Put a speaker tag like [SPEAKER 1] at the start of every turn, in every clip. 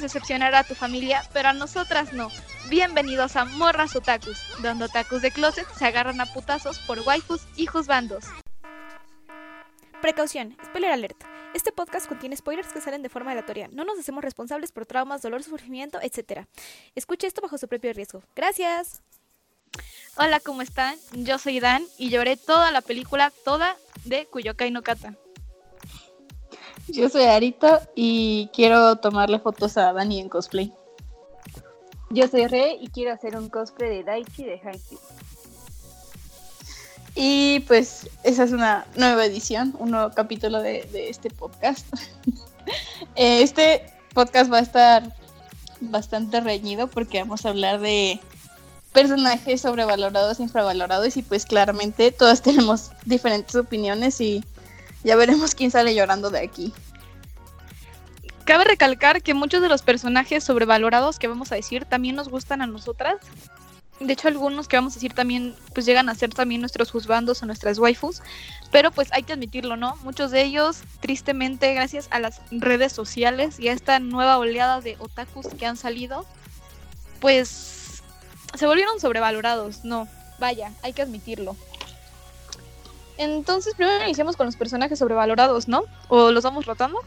[SPEAKER 1] decepcionará a tu familia, pero a nosotras no. Bienvenidos a Morras Otakus, donde otakus de closet se agarran a putazos por waifus y juzbandos.
[SPEAKER 2] Precaución, spoiler alert. Este podcast contiene spoilers que salen de forma aleatoria. No nos hacemos responsables por traumas, dolor, sufrimiento, etc. Escuche esto bajo su propio riesgo. Gracias.
[SPEAKER 1] Hola, ¿cómo están? Yo soy Dan y lloré toda la película, toda de Kuyokai no Kata.
[SPEAKER 3] Yo soy Arita y quiero tomarle fotos a Dani en cosplay.
[SPEAKER 4] Yo soy Re y quiero hacer un cosplay de Daichi de Haikyuu.
[SPEAKER 3] Y pues esa es una nueva edición, un nuevo capítulo de, de este podcast. Eh, este podcast va a estar bastante reñido porque vamos a hablar de personajes sobrevalorados, infravalorados y pues claramente todos tenemos diferentes opiniones y ya veremos quién sale llorando de aquí.
[SPEAKER 1] Cabe recalcar que muchos de los personajes sobrevalorados que vamos a decir también nos gustan a nosotras. De hecho, algunos que vamos a decir también, pues llegan a ser también nuestros juzbandos o nuestras waifus. Pero pues hay que admitirlo, ¿no? Muchos de ellos, tristemente, gracias a las redes sociales y a esta nueva oleada de otakus que han salido, pues se volvieron sobrevalorados, ¿no? Vaya, hay que admitirlo. Entonces, primero iniciamos con los personajes sobrevalorados, ¿no? ¿O los vamos rotando?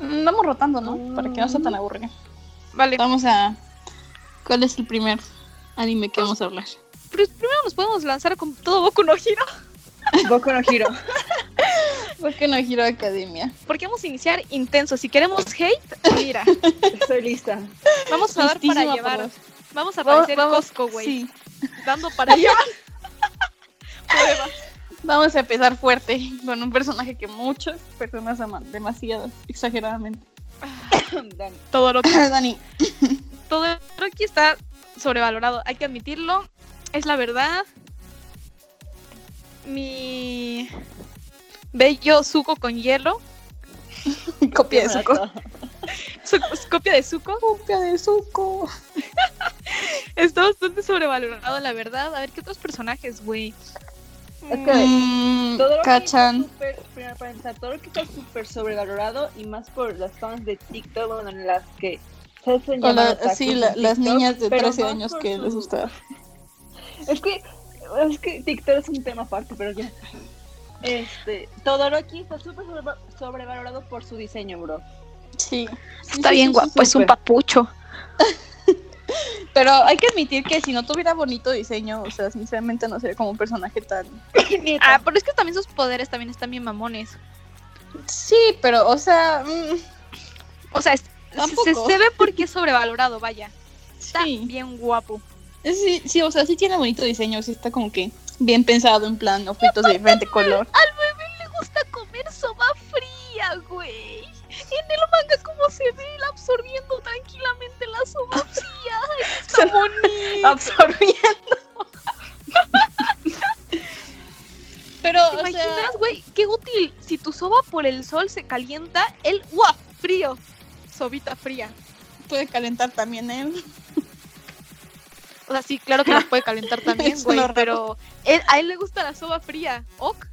[SPEAKER 3] Mm, Vamos rotando, ¿no? Para que no sea tan aburrido.
[SPEAKER 1] Vale.
[SPEAKER 3] Vamos a... ¿Cuál es el primer anime que vamos a hablar?
[SPEAKER 1] Pues primero nos podemos lanzar con todo Boku no Hero.
[SPEAKER 4] Boku no Hero.
[SPEAKER 3] Porque Pues no Hero Academia.
[SPEAKER 1] Porque vamos a iniciar intenso. Si queremos hate, mira,
[SPEAKER 4] Estoy lista.
[SPEAKER 1] vamos a dar para
[SPEAKER 3] Listísima
[SPEAKER 1] llevar.
[SPEAKER 3] por-
[SPEAKER 1] Vamos a
[SPEAKER 3] Vamos,
[SPEAKER 1] aparecer
[SPEAKER 3] vamos,
[SPEAKER 1] Costco, güey.
[SPEAKER 3] sí.
[SPEAKER 1] Dando para llevar. Prueba.
[SPEAKER 3] Vamos a empezar fuerte con un personaje que muchas personas aman demasiado, exageradamente.
[SPEAKER 4] Dani.
[SPEAKER 1] Todo lo que
[SPEAKER 3] Dani,
[SPEAKER 1] todo lo que está sobrevalorado, hay que admitirlo. Es la verdad. Mi bello suco con hielo,
[SPEAKER 3] copia de Zuko.
[SPEAKER 1] su- copia de suco,
[SPEAKER 3] Copia de Zuko.
[SPEAKER 1] está bastante sobrevalorado, la verdad. A ver qué otros personajes, güey.
[SPEAKER 4] Es que-
[SPEAKER 3] Mm,
[SPEAKER 4] Todo lo
[SPEAKER 3] Cachan.
[SPEAKER 4] que está súper, primero para empezar, todo lo que está súper sobrevalorado y más por las fans de TikTok, bueno, en las que se hacen
[SPEAKER 3] O la-
[SPEAKER 4] llamar otakus
[SPEAKER 3] sí,
[SPEAKER 4] en
[SPEAKER 3] la- las
[SPEAKER 4] TikTok,
[SPEAKER 3] niñas de
[SPEAKER 4] pero
[SPEAKER 3] 13
[SPEAKER 4] más
[SPEAKER 3] años
[SPEAKER 4] por
[SPEAKER 3] que
[SPEAKER 4] su-
[SPEAKER 3] les gusta.
[SPEAKER 4] Es que, es que TikTok es un tema aparte, pero ya. Este, Todoroki está súper sobreva- sobrevalorado por su diseño, bro.
[SPEAKER 3] Sí.
[SPEAKER 1] Está bien guapo, es un papucho.
[SPEAKER 3] Pero hay que admitir que si no tuviera bonito diseño, o sea, sinceramente no sería como un personaje tan.
[SPEAKER 1] Ah, pero es que también sus poderes también están bien mamones.
[SPEAKER 3] Sí, pero, o sea. mm,
[SPEAKER 1] O sea, es- se,
[SPEAKER 3] Tampoco.
[SPEAKER 1] se ve porque es sobrevalorado, vaya. Está
[SPEAKER 3] sí.
[SPEAKER 1] bien guapo.
[SPEAKER 3] sí. Sí, o sea, sí tiene bonito diseño, sí está como que bien pensado, en plan, objetos de diferente color.
[SPEAKER 1] Me gusta comer sopa fría, güey. En el manga como se ve él absorbiendo tranquilamente la sopa fría. Está bonito.
[SPEAKER 3] absorbiendo. Pero,
[SPEAKER 1] ¿Te
[SPEAKER 3] o sea,
[SPEAKER 1] imaginas, güey? Qué útil. Si tu soba por el sol se calienta, él, ¡guau! Frío. Sobita fría.
[SPEAKER 3] puede calentar también ¿eh? él.
[SPEAKER 1] O sea, sí, claro que la puede calentar también,
[SPEAKER 3] Es
[SPEAKER 1] güey.
[SPEAKER 3] una rata.
[SPEAKER 1] Pero él- a él le gusta la soba fría. Ok.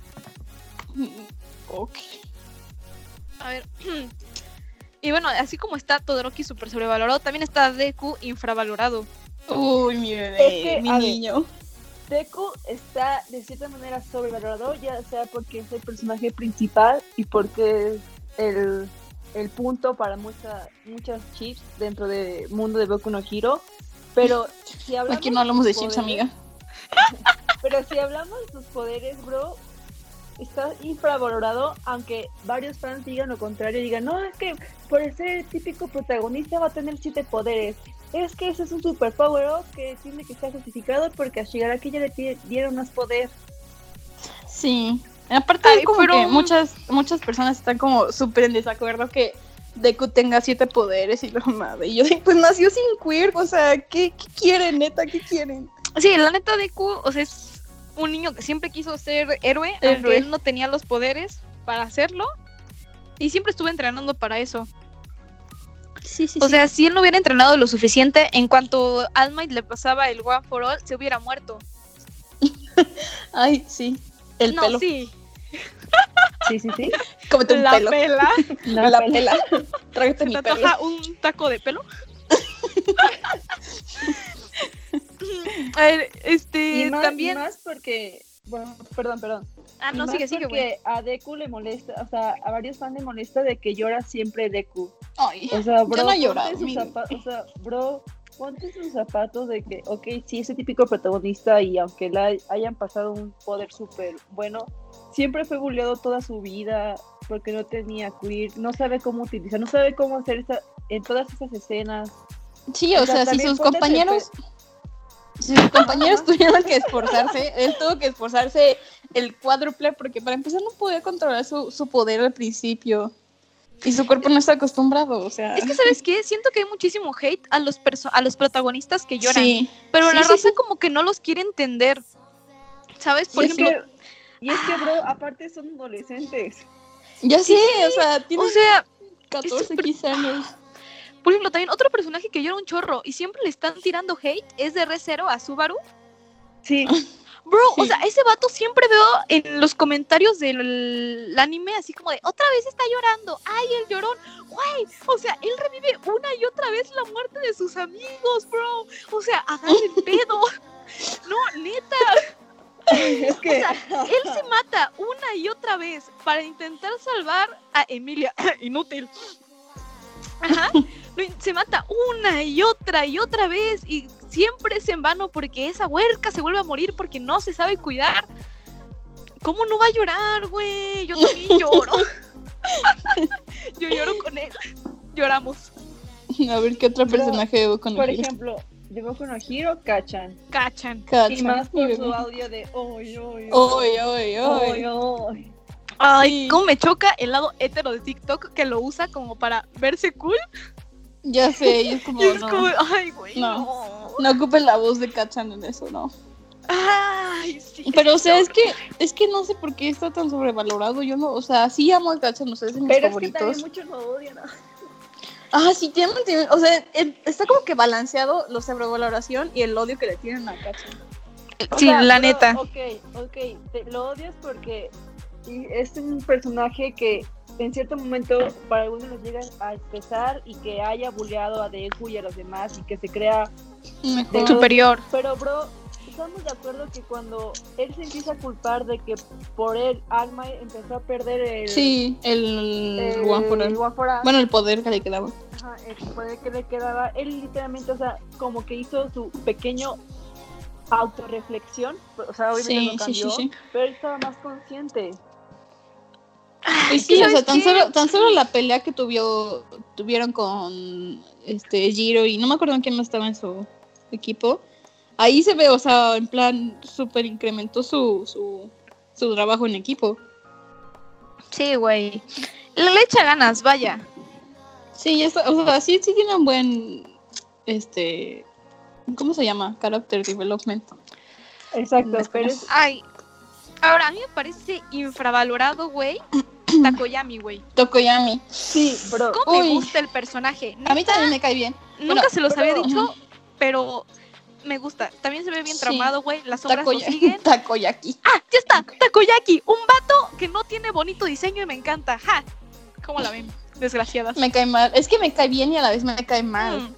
[SPEAKER 3] Ok.
[SPEAKER 1] A ver. Y bueno, así como está Todoroki súper sobrevalorado, también está Deku infravalorado.
[SPEAKER 3] Uy, mi bebé,
[SPEAKER 4] Es que,
[SPEAKER 3] mi
[SPEAKER 4] a ver.
[SPEAKER 3] niño.
[SPEAKER 4] Deku está de cierta manera sobrevalorado, ya sea porque es el personaje principal y porque es el, el punto para mucha- muchas chips dentro del mundo de Boku no Hero. Pero si hablamos,
[SPEAKER 3] Aquí no hablamos de
[SPEAKER 4] sus
[SPEAKER 3] chips,
[SPEAKER 4] poderes-
[SPEAKER 3] amiga.
[SPEAKER 4] Pero si hablamos de sus poderes, bro, está infravalorado, aunque varios fans digan lo contrario, digan, no, es que por ser el típico protagonista va a tener siete poderes. Es que ese es un super power up que tiene que estar justificado porque a Shigaraki ya le pide- dieron más poder.
[SPEAKER 3] Sí. Aparte,
[SPEAKER 1] Ay,
[SPEAKER 3] como
[SPEAKER 1] pero-
[SPEAKER 3] que muchas, muchas personas están como súper en desacuerdo que Deku tenga siete poderes y lo madre. Y yo digo, pues nació sin quirk, o sea, ¿qué, qué quieren, neta? ¿Qué quieren?
[SPEAKER 1] Sí, la neta Deku, o sea, es un niño que siempre quiso ser héroe, aunque
[SPEAKER 3] Héroe.
[SPEAKER 1] él no tenía los poderes para hacerlo. Y siempre estuvo entrenando para eso.
[SPEAKER 3] Sí, sí,
[SPEAKER 1] O sea, si él no hubiera entrenado lo suficiente, en cuanto All Might le pasaba el One for All, se hubiera muerto.
[SPEAKER 3] Ay, sí. El
[SPEAKER 1] no,
[SPEAKER 3] pelo.
[SPEAKER 1] sí.
[SPEAKER 4] Sí, sí, sí.
[SPEAKER 3] Cómete un
[SPEAKER 1] La
[SPEAKER 3] pelo.
[SPEAKER 1] pela.
[SPEAKER 3] La pela. Trágate
[SPEAKER 1] ¿Se te
[SPEAKER 3] mi pelo.
[SPEAKER 1] antoja un taco de pelo? A ver, este,
[SPEAKER 4] Y más,
[SPEAKER 1] también...
[SPEAKER 4] y más porque, bueno, perdón, perdón.
[SPEAKER 1] ah,
[SPEAKER 4] Y
[SPEAKER 1] no,
[SPEAKER 4] más
[SPEAKER 1] sigue, sigue, güey.
[SPEAKER 4] porque a Deku le molesta, o sea, a varios fans le molesta de que llora siempre Deku.
[SPEAKER 3] Ay,
[SPEAKER 4] O sea, bro,
[SPEAKER 3] yo no he
[SPEAKER 4] ponte
[SPEAKER 3] llorado.
[SPEAKER 4] sus
[SPEAKER 3] mi-
[SPEAKER 4] zapa- o sea, bro, ponte sus zapatos de que, ok, sí, es el típico protagonista y aunque la hay- hayan pasado un poder súper bueno, siempre fue bulleado toda su vida porque no tenía queer, no sabe cómo utilizar, no sabe cómo hacer esa- en todas esas escenas.
[SPEAKER 3] Sí, o
[SPEAKER 4] O sea,
[SPEAKER 3] sea, si
[SPEAKER 4] también
[SPEAKER 3] sus
[SPEAKER 4] ponte
[SPEAKER 3] compañeros. Si sus compañeros tuvieron que esforzarse, él tuvo que esforzarse el cuádruple porque para empezar no podía controlar su, su poder al principio. Y su cuerpo no está acostumbrado, o sea.
[SPEAKER 1] Es que, ¿sabes qué? Siento que hay muchísimo hate a los, perso- a los protagonistas que lloran.
[SPEAKER 3] Sí.
[SPEAKER 1] Pero
[SPEAKER 3] Sí,
[SPEAKER 1] la
[SPEAKER 3] sí,
[SPEAKER 1] raza
[SPEAKER 3] sí.
[SPEAKER 1] como que no los quiere entender. ¿Sabes?
[SPEAKER 4] Y
[SPEAKER 1] Por
[SPEAKER 4] es
[SPEAKER 1] ejemplo,
[SPEAKER 4] que- y es que, bro,
[SPEAKER 3] Ah.
[SPEAKER 4] aparte son adolescentes.
[SPEAKER 3] Ya sé, o sea, tiene
[SPEAKER 1] o sea,
[SPEAKER 3] 14,
[SPEAKER 1] estos per-
[SPEAKER 3] 15 años.
[SPEAKER 1] por ejemplo, también otro personaje que llora un chorro y siempre le están tirando hate es de R0 a Subaru.
[SPEAKER 4] Sí,
[SPEAKER 1] Bro, o
[SPEAKER 3] Sí.
[SPEAKER 1] sea, ese vato siempre veo en los comentarios del anime así como de otra vez está llorando, ay, el llorón, güey, o sea, él revive una y otra vez la muerte de sus amigos, bro, o sea, hagan el pedo, no, neta,
[SPEAKER 4] es que...
[SPEAKER 1] él se mata una y otra vez para intentar salvar a Emilia, inútil, ajá, lo in- se mata una y otra y otra vez y siempre es en vano porque esa huerca se vuelve a morir porque no se sabe cuidar. ¿Cómo no va a llorar, güey? Yo también lloro. Yo lloro con él. Lloramos.
[SPEAKER 3] A ver qué otro
[SPEAKER 4] Pero,
[SPEAKER 3] personaje debo con
[SPEAKER 4] Por
[SPEAKER 3] el-
[SPEAKER 4] ejemplo, yo con Hiro Kachan.
[SPEAKER 1] Cachan.
[SPEAKER 3] Cacha,
[SPEAKER 4] Y más
[SPEAKER 3] mi
[SPEAKER 4] por
[SPEAKER 3] bebé.
[SPEAKER 4] su audio de oy, oy,
[SPEAKER 3] Oy, oy,
[SPEAKER 4] oy,
[SPEAKER 3] oy.
[SPEAKER 4] oy.
[SPEAKER 1] Ay, cómo me choca el lado hétero de TikTok que lo usa como para verse cool.
[SPEAKER 3] Ya sé, y es como,
[SPEAKER 1] Y es
[SPEAKER 3] Oh, no,
[SPEAKER 1] como, ay, güey.
[SPEAKER 3] No.
[SPEAKER 1] No.
[SPEAKER 3] no ocupen la voz de Cachan en eso, no.
[SPEAKER 1] Ay, sí.
[SPEAKER 3] Pero, o sea, es que, es que no sé por qué está tan sobrevalorado. Yo no, o sea, sí amo a Cachan, no sé, es de mis
[SPEAKER 4] Pero es que
[SPEAKER 3] favoritos.
[SPEAKER 4] también muchos lo odian.
[SPEAKER 3] Ah, sí, tiene, tiene- o sea, eh, está como que balanceado la sobrevaloración y el odio que le tienen a Cachan.
[SPEAKER 4] O
[SPEAKER 1] Sí,
[SPEAKER 4] sea,
[SPEAKER 1] la
[SPEAKER 4] bro,
[SPEAKER 1] neta.
[SPEAKER 4] Ok, ok, te- lo odias porque y es un personaje que en cierto momento para algunos los llega a expresar y que haya bulleado a Deku y a los demás y que se crea
[SPEAKER 3] Mejor.
[SPEAKER 4] Super-
[SPEAKER 1] Superior.
[SPEAKER 4] Pero, bro, estamos de acuerdo que cuando él se empieza a culpar de que por él Alma empezó a perder el.
[SPEAKER 3] Sí, el,
[SPEAKER 4] el
[SPEAKER 3] One for All.
[SPEAKER 4] One for All,
[SPEAKER 3] Bueno, el poder que le quedaba.
[SPEAKER 4] ajá, el poder que le quedaba. Él literalmente, o sea, como que hizo su pequeño autorreflexión. O sea, obviamente
[SPEAKER 3] Sí,
[SPEAKER 4] no
[SPEAKER 3] sí,
[SPEAKER 4] cambió,
[SPEAKER 3] sí, sí.
[SPEAKER 4] pero él estaba más consciente.
[SPEAKER 3] Pues sí, o
[SPEAKER 1] ¿sabes
[SPEAKER 3] sea, tan
[SPEAKER 1] qué?
[SPEAKER 3] solo, tan solo la pelea que tuvió, tuvieron con este Giro y no me acuerdo quién más estaba en su equipo. Ahí se ve, o sea, en plan, súper incrementó su, su, su trabajo en equipo.
[SPEAKER 1] Sí, güey. Le le echa ganas, vaya.
[SPEAKER 3] Sí, ya está- o sea, sí, sí tiene un buen, este, ¿cómo se llama? Character development.
[SPEAKER 4] Exacto,
[SPEAKER 3] Las
[SPEAKER 4] Mm, pero
[SPEAKER 3] cosas.
[SPEAKER 4] es-
[SPEAKER 1] Ay, ahora a mí me parece infravalorado, güey. Takoyami, güey.
[SPEAKER 3] Tokoyami.
[SPEAKER 4] sí, bro.
[SPEAKER 1] ¿Cómo me
[SPEAKER 3] Uy.
[SPEAKER 1] gusta el personaje?
[SPEAKER 3] A mí también me cae bien.
[SPEAKER 1] Nunca
[SPEAKER 3] Bueno,
[SPEAKER 1] se los había
[SPEAKER 4] pero-
[SPEAKER 1] dicho, pero me gusta. También se ve bien
[SPEAKER 3] Sí.
[SPEAKER 1] tramado, güey. Las sombras lo
[SPEAKER 3] Takoyaki.
[SPEAKER 1] siguen. ¡Ah! ¡Ya está! Takoyaki, un vato que no tiene bonito diseño y me encanta. ¡Ja! ¿Cómo la ven? Desgraciadas.
[SPEAKER 3] Me cae mal. Es que me cae bien y a la vez me cae mal.
[SPEAKER 1] Mm.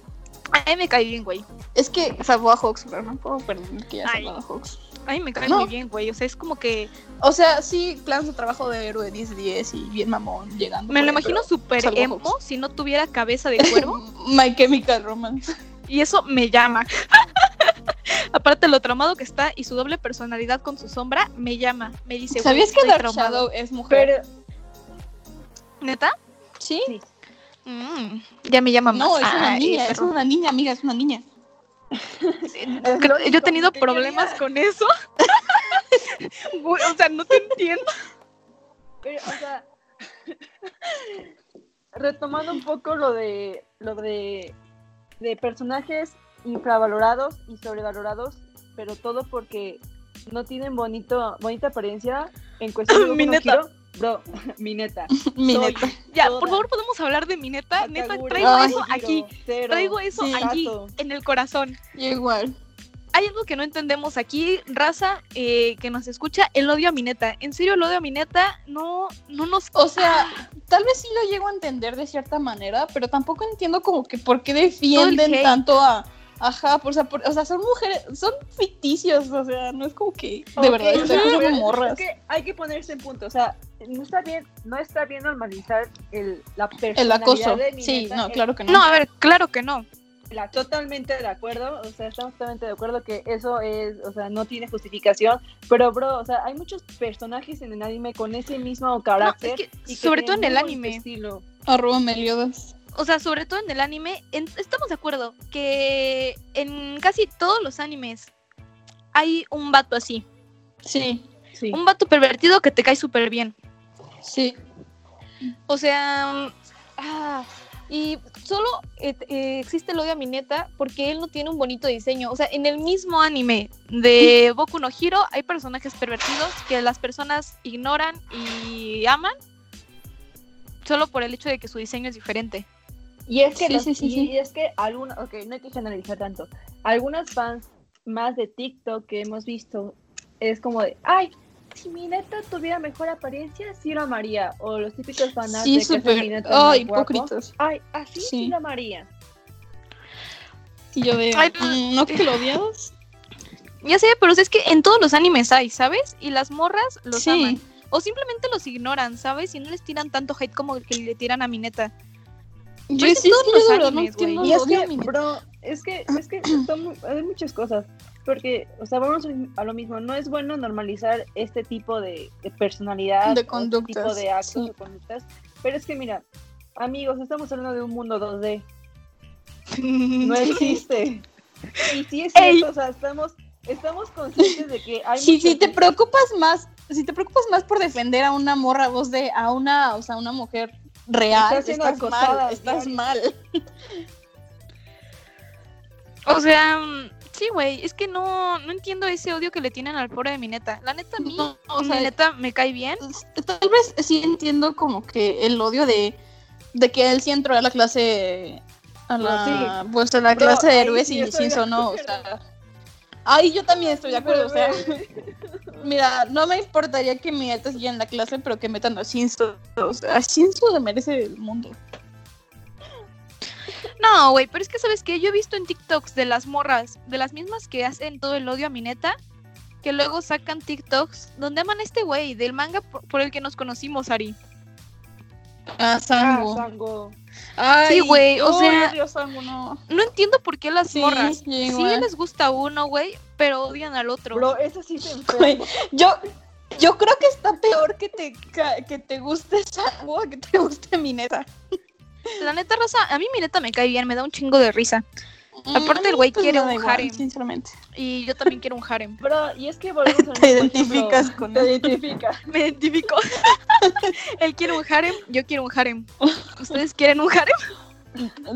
[SPEAKER 1] A mí me cae bien, güey.
[SPEAKER 3] Es que salvó a Hawks, pero no puedo perdonar que ya
[SPEAKER 1] Ay.
[SPEAKER 3] salvó a Hawks.
[SPEAKER 1] A mí me cae
[SPEAKER 3] No.
[SPEAKER 1] muy bien, güey. O sea, es como que
[SPEAKER 3] O sea, sí, plan su trabajo de héroe 10-10 y bien mamón llegando.
[SPEAKER 1] me
[SPEAKER 3] por
[SPEAKER 1] lo
[SPEAKER 3] ahí,
[SPEAKER 1] imagino súper
[SPEAKER 3] salvo
[SPEAKER 1] emo
[SPEAKER 3] Hawks.
[SPEAKER 1] si no tuviera cabeza de
[SPEAKER 3] pero-
[SPEAKER 1] cuervo.
[SPEAKER 3] My Chemical Romance.
[SPEAKER 1] y eso me llama. Aparte lo traumado que está y su doble personalidad con su sombra me llama, me dice. güey,
[SPEAKER 3] ¿Sabías que
[SPEAKER 1] estoy
[SPEAKER 3] Dark
[SPEAKER 1] traumado.
[SPEAKER 3] Shadow es mujer?
[SPEAKER 4] Pero,
[SPEAKER 1] ¿Neta?
[SPEAKER 3] sí.
[SPEAKER 1] Mm, ya me llama
[SPEAKER 3] No,
[SPEAKER 1] más.
[SPEAKER 3] es una
[SPEAKER 1] Ay,
[SPEAKER 3] niña, es
[SPEAKER 1] perro.
[SPEAKER 3] una niña, amiga, es una niña.
[SPEAKER 4] Es
[SPEAKER 1] Creo- yo he
[SPEAKER 4] lógico,
[SPEAKER 1] tenido
[SPEAKER 4] ¿qué
[SPEAKER 1] problemas
[SPEAKER 4] quería?
[SPEAKER 1] con eso. Güey, o sea, no te entiendo.
[SPEAKER 4] pero, o sea, retomando un poco lo de lo de, de personajes infravalorados y sobrevalorados, pero todo porque no tienen bonito bonita apariencia en cuestión de
[SPEAKER 1] Mi
[SPEAKER 4] mi
[SPEAKER 1] neta.
[SPEAKER 4] neta. Bro, mi neta.
[SPEAKER 3] Mi
[SPEAKER 4] Soy
[SPEAKER 3] neta.
[SPEAKER 1] Ya,
[SPEAKER 4] Toda.
[SPEAKER 1] por favor, podemos hablar de mi neta. Neta,
[SPEAKER 4] Kakaguri,
[SPEAKER 1] traigo
[SPEAKER 3] Ay.
[SPEAKER 1] eso
[SPEAKER 4] Kojiro,
[SPEAKER 1] aquí.
[SPEAKER 4] Zero,
[SPEAKER 1] Traigo eso
[SPEAKER 4] sí,
[SPEAKER 1] allí,
[SPEAKER 4] Gato.
[SPEAKER 1] en el corazón.
[SPEAKER 3] Yo igual.
[SPEAKER 1] Hay algo que no entendemos aquí, raza eh, que nos escucha, el odio a mi neta. En serio, el odio a mi neta no, no nos
[SPEAKER 3] O sea, tal vez sí lo llego a entender de cierta manera, pero tampoco entiendo como que por qué defienden tanto a... Ajá, por, o, sea, por- o sea, son mujeres, son ficticios, o sea, no es como que de
[SPEAKER 4] Ok,
[SPEAKER 3] verdad
[SPEAKER 4] o sea,
[SPEAKER 3] están como
[SPEAKER 4] pero
[SPEAKER 3] morras.
[SPEAKER 4] Es que hay que ponerse en punto, o sea, no está bien, no está bien normalizar el, la personalidad
[SPEAKER 3] El acoso.
[SPEAKER 4] de mi
[SPEAKER 3] Sí,
[SPEAKER 4] neta,
[SPEAKER 3] no,
[SPEAKER 4] el-
[SPEAKER 3] claro que no.
[SPEAKER 1] No, a ver, claro que no.
[SPEAKER 4] la- totalmente de acuerdo, o sea, estamos totalmente de acuerdo que eso es, o sea, no tiene justificación, pero bro, o sea, hay muchos personajes en el anime con ese mismo
[SPEAKER 1] No,
[SPEAKER 4] carácter.
[SPEAKER 1] es que,
[SPEAKER 4] y que
[SPEAKER 1] sobre todo
[SPEAKER 4] tienen
[SPEAKER 1] en el
[SPEAKER 4] muy
[SPEAKER 1] anime.
[SPEAKER 4] estilo.
[SPEAKER 3] Arroba Meliodas.
[SPEAKER 1] O sea, sobre todo en el anime, en- estamos de acuerdo que en casi todos los animes hay un vato así.
[SPEAKER 3] Sí,
[SPEAKER 4] Sí.
[SPEAKER 1] Un vato pervertido que te cae súper bien.
[SPEAKER 3] sí.
[SPEAKER 1] O sea, mm, ah, y solo eh, eh, existe el odio a Mineta porque él no tiene un bonito diseño. O sea, en el mismo anime de Boku no Hiro hay personajes pervertidos que las personas ignoran y aman solo por el hecho de que su diseño es diferente.
[SPEAKER 4] Y es que,
[SPEAKER 3] Sí,
[SPEAKER 4] los-
[SPEAKER 3] sí, sí,
[SPEAKER 4] y,
[SPEAKER 3] sí.
[SPEAKER 4] y es que algunas, ok, no hay que generalizar tanto. Algunas fans más de TikTok que hemos visto es como de, ay, si mi neta tuviera mejor apariencia, sí lo amaría. O los típicos fans
[SPEAKER 3] Sí,
[SPEAKER 4] de que es mi
[SPEAKER 3] súper.
[SPEAKER 4] neta
[SPEAKER 3] Oh,
[SPEAKER 4] más guapo.
[SPEAKER 3] hipócritas.
[SPEAKER 4] Ay, así sí.
[SPEAKER 3] Sí.
[SPEAKER 4] lo amaría.
[SPEAKER 3] Y yo de.
[SPEAKER 1] Ay,
[SPEAKER 3] mm, ¿No que lo odiabas?
[SPEAKER 1] Ya sé, pero es que en todos los animes hay, ¿sabes? Y las morras los
[SPEAKER 3] sí.
[SPEAKER 1] aman. O simplemente los ignoran, ¿sabes? Y no les tiran tanto hate como el que le tiran a Mineta.
[SPEAKER 3] Yo
[SPEAKER 4] Pues
[SPEAKER 1] Pero es
[SPEAKER 3] sí,
[SPEAKER 1] todos
[SPEAKER 3] sí,
[SPEAKER 1] los
[SPEAKER 3] de verdad no
[SPEAKER 1] animes, güey.
[SPEAKER 3] entiendo
[SPEAKER 4] Y
[SPEAKER 3] el
[SPEAKER 4] es
[SPEAKER 3] odio
[SPEAKER 4] que,
[SPEAKER 3] a mi-
[SPEAKER 4] bro, es que, es que son mu- hay muchas cosas. Porque, o sea, vamos a lo mismo. No es bueno normalizar este tipo de, de personalidad,
[SPEAKER 3] De
[SPEAKER 4] o este
[SPEAKER 3] conductas,
[SPEAKER 4] tipo de actos
[SPEAKER 3] sí.
[SPEAKER 4] o conductas. Pero es que, mira, amigos, estamos hablando de un mundo 2D. No existe. Y sí es cierto,
[SPEAKER 1] Ey.
[SPEAKER 4] o sea, estamos, estamos conscientes de que hay
[SPEAKER 3] Si,
[SPEAKER 4] muchos-
[SPEAKER 3] si te preocupas más, si te preocupas más por defender a una morra voz de a una, o sea, una mujer real,
[SPEAKER 4] Estás
[SPEAKER 3] estás,
[SPEAKER 4] siendo acosada,
[SPEAKER 3] mal, estás
[SPEAKER 4] diario.
[SPEAKER 3] mal.
[SPEAKER 1] O sea, mm, sí, güey. Es que no, no entiendo ese odio que le tienen al pobre de Mineta. La neta, a mí,
[SPEAKER 3] No, o sea,
[SPEAKER 1] Mineta me cae bien.
[SPEAKER 3] tal vez sí entiendo como que el odio de, de que él sí entró a la clase a la pues a la
[SPEAKER 4] Bro,
[SPEAKER 3] clase de
[SPEAKER 4] ahí
[SPEAKER 3] héroes
[SPEAKER 4] sí
[SPEAKER 3] y
[SPEAKER 4] estoy
[SPEAKER 3] sin
[SPEAKER 4] de
[SPEAKER 3] sonó, o sea. Ahí yo también estoy de acuerdo, o sea, mira, no me importaría que mi neta siga en la clase, pero que metan a Shinzo, o sea, a Shinzo le merece el mundo.
[SPEAKER 1] No, güey, pero es que, ¿sabes qué? Yo he visto en TikToks de las morras, de las mismas que hacen todo el odio a Mineta, que luego sacan TikToks donde aman a este güey, del manga por por el que nos conocimos, Ari.
[SPEAKER 3] A
[SPEAKER 4] Ah,
[SPEAKER 3] Sango.
[SPEAKER 4] Sango.
[SPEAKER 1] Sí,
[SPEAKER 3] Ay,
[SPEAKER 1] güey, o
[SPEAKER 3] oh,
[SPEAKER 1] sea-
[SPEAKER 3] Dios, Sango, no.
[SPEAKER 1] No entiendo por qué las
[SPEAKER 3] Sí,
[SPEAKER 1] morras
[SPEAKER 3] yo
[SPEAKER 1] sí
[SPEAKER 3] igual.
[SPEAKER 1] les gusta a uno, güey, pero odian al otro.
[SPEAKER 4] Bro, eso sí se
[SPEAKER 3] Güey,
[SPEAKER 4] enferma.
[SPEAKER 3] yo, yo creo que está peor que te, ca- que te guste Sango a que te guste mi neta.
[SPEAKER 1] La neta, Rosa, a mí mi neta me cae bien, me da un chingo de risa. Aparte, el güey quiere
[SPEAKER 3] me da
[SPEAKER 1] un
[SPEAKER 3] Pues igual,
[SPEAKER 1] harem.
[SPEAKER 3] Sinceramente.
[SPEAKER 1] Y yo también quiero un harem.
[SPEAKER 4] Bro, y es que volvemos
[SPEAKER 3] Te
[SPEAKER 4] al mismo ejemplo.
[SPEAKER 3] identificas con
[SPEAKER 4] Te
[SPEAKER 3] él.
[SPEAKER 4] identificas.
[SPEAKER 1] Me identifico. Él quiere un harem, yo quiero un harem. ¿Ustedes quieren un harem?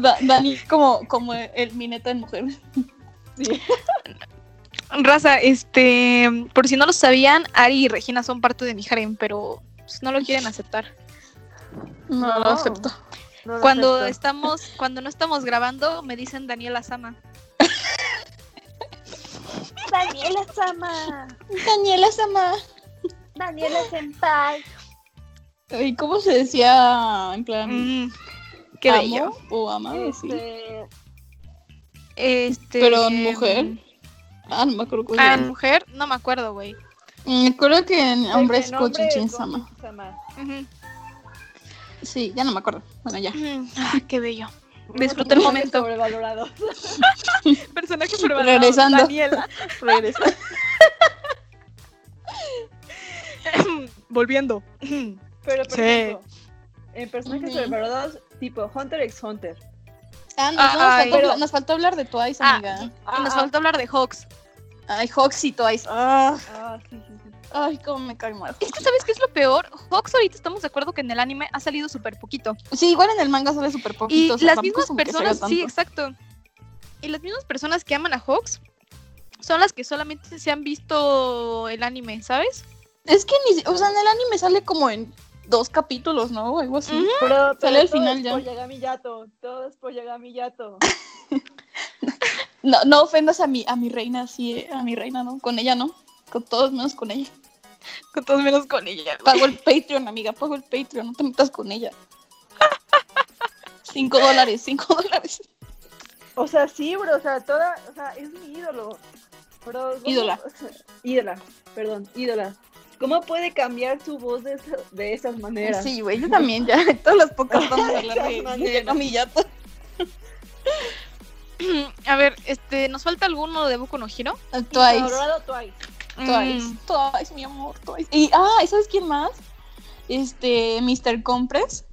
[SPEAKER 3] Da- Dani, como, como el mi neta en mujer.
[SPEAKER 1] Raza, este, por si no lo sabían, Ari y Regina son parte de mi harem, pero pues, no lo quieren aceptar.
[SPEAKER 3] No,
[SPEAKER 4] No.
[SPEAKER 3] lo acepto.
[SPEAKER 4] No lo
[SPEAKER 1] Cuando
[SPEAKER 4] acepto.
[SPEAKER 1] estamos, cuando no estamos grabando, me dicen Daniela Sama.
[SPEAKER 4] Daniela Sama.
[SPEAKER 3] Daniela Sama.
[SPEAKER 4] Daniela Senpai.
[SPEAKER 3] ¿Y cómo se decía en plan
[SPEAKER 1] Mm, qué
[SPEAKER 3] amo
[SPEAKER 1] bello.
[SPEAKER 3] o amado? Ah, Sí.
[SPEAKER 4] Este,
[SPEAKER 1] Este,
[SPEAKER 3] Pero en mujer. Ah, no me acuerdo cuál
[SPEAKER 1] Ah,
[SPEAKER 3] era. Mm,
[SPEAKER 1] en mujer, no me acuerdo, güey.
[SPEAKER 3] Me acuerdo que en hombre
[SPEAKER 4] el
[SPEAKER 3] es
[SPEAKER 4] nombre es
[SPEAKER 3] Cochinchin Sama.
[SPEAKER 4] Sama.
[SPEAKER 1] Ujú.
[SPEAKER 3] Sí, ya no me acuerdo. Bueno, ya.
[SPEAKER 1] Mm, ah, qué bello.
[SPEAKER 4] Unos
[SPEAKER 1] Disfruta el
[SPEAKER 4] personajes
[SPEAKER 1] momento.
[SPEAKER 4] sobrevalorados.
[SPEAKER 1] Personaje
[SPEAKER 3] sobrevalorado, Regresando.
[SPEAKER 1] Daniela.
[SPEAKER 3] Regresa.
[SPEAKER 1] Volviendo.
[SPEAKER 4] Pero por
[SPEAKER 1] Sí.
[SPEAKER 4] ejemplo, en personajes
[SPEAKER 3] Ujú.
[SPEAKER 4] sobrevalorados tipo Hunter x Hunter.
[SPEAKER 3] Ah, nos, nos
[SPEAKER 1] Ay.
[SPEAKER 3] faltó,
[SPEAKER 4] Pero-
[SPEAKER 3] nos faltó hablar de Twice,
[SPEAKER 1] Ah.
[SPEAKER 3] amiga.
[SPEAKER 4] Ah,
[SPEAKER 1] Nos falta hablar de Hawks.
[SPEAKER 3] Ay, Hawks y Twice. Ah,
[SPEAKER 4] Ah, sí, sí, sí.
[SPEAKER 3] ay, cómo me cae mal.
[SPEAKER 1] Es que, ¿sabes qué es lo peor? Hawks ahorita estamos de acuerdo que en el anime ha salido súper poquito.
[SPEAKER 3] Sí, igual en el manga sale súper
[SPEAKER 1] Y
[SPEAKER 3] poquito. o sea,
[SPEAKER 1] las
[SPEAKER 3] tampoco
[SPEAKER 1] mismas
[SPEAKER 3] es como que salga
[SPEAKER 1] personas, sí,
[SPEAKER 3] tanto.
[SPEAKER 1] exacto. Y las mismas personas que aman a Hawks son las que solamente se han visto el anime, ¿sabes?
[SPEAKER 3] Es que ni, o sea, en el anime sale como en dos capítulos, ¿no? O algo así.
[SPEAKER 1] Ujú.
[SPEAKER 4] Pero, pero
[SPEAKER 3] Sale al
[SPEAKER 4] todo
[SPEAKER 3] final
[SPEAKER 4] es
[SPEAKER 3] ya.
[SPEAKER 4] Por Yagami Yato, todo es por Yagami Yato.
[SPEAKER 3] No, no ofendas a mi, a mi reina, sí, eh, a mi reina, ¿no? Con ella, ¿no? Con todos menos con ella.
[SPEAKER 1] con todos menos con ella. güey.
[SPEAKER 3] Pago el Patreon, amiga, pago el Patreon, no te metas con ella. Cinco dólares, cinco dólares.
[SPEAKER 4] O sea, sí, bro, o sea, toda, o sea, es mi ídolo. Bro, ¿cómo-
[SPEAKER 3] Ídola.
[SPEAKER 4] ídola, perdón, ídola. ¿Cómo puede cambiar su voz de, esa- de esas maneras?
[SPEAKER 3] Sí, güey, yo también ya. en Todas las pocas vamos a hablar
[SPEAKER 4] Esas
[SPEAKER 3] de
[SPEAKER 4] maneras.
[SPEAKER 3] Juliana Millato.
[SPEAKER 1] A ver, este, ¿nos falta alguno de Boku no Hero?
[SPEAKER 3] Twice.
[SPEAKER 4] Colorado Twice.
[SPEAKER 3] Twice,
[SPEAKER 1] Mm,
[SPEAKER 3] Twice, mi amor, Twice. Y, ah, ¿y ¿sabes quién más? Este, Mr. Compres.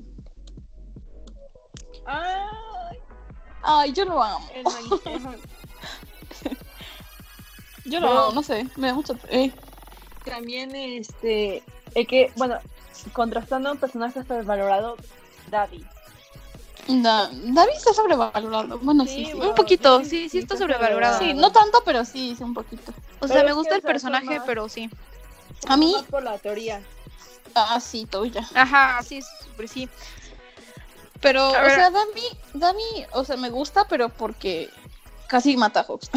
[SPEAKER 4] Ay,
[SPEAKER 3] Ay, yo lo amo.
[SPEAKER 4] Ah, el mani-
[SPEAKER 3] Yo lo
[SPEAKER 4] Pero-
[SPEAKER 3] amo, no sé. Me da mucho. eh,
[SPEAKER 4] También este, el que, bueno, contrastando a un personaje sobrevalorado, Daddy.
[SPEAKER 3] Da- David está sobrevalorado. Bueno, sí,
[SPEAKER 4] Sí,
[SPEAKER 3] sí.
[SPEAKER 4] güey.
[SPEAKER 1] un poquito,
[SPEAKER 4] Dicen-
[SPEAKER 1] sí, sí está
[SPEAKER 4] dicen que
[SPEAKER 1] sobrevalorado.
[SPEAKER 3] Sí,
[SPEAKER 4] Claro.
[SPEAKER 3] no tanto, pero sí, sí, un poquito.
[SPEAKER 1] O
[SPEAKER 4] Pero
[SPEAKER 1] sea,
[SPEAKER 4] es
[SPEAKER 1] me
[SPEAKER 4] que,
[SPEAKER 1] gusta
[SPEAKER 4] o
[SPEAKER 1] el
[SPEAKER 4] sea, son
[SPEAKER 1] personaje,
[SPEAKER 4] más-
[SPEAKER 1] pero sí.
[SPEAKER 3] A mí-
[SPEAKER 4] Más por la teoría.
[SPEAKER 3] Ah, sí, todo ya.
[SPEAKER 1] Ajá, sí, súper sí.
[SPEAKER 3] Pero, o
[SPEAKER 1] A ver.
[SPEAKER 3] sea, Dami, Dami, o sea, me gusta, pero porque casi mata a Hobbs.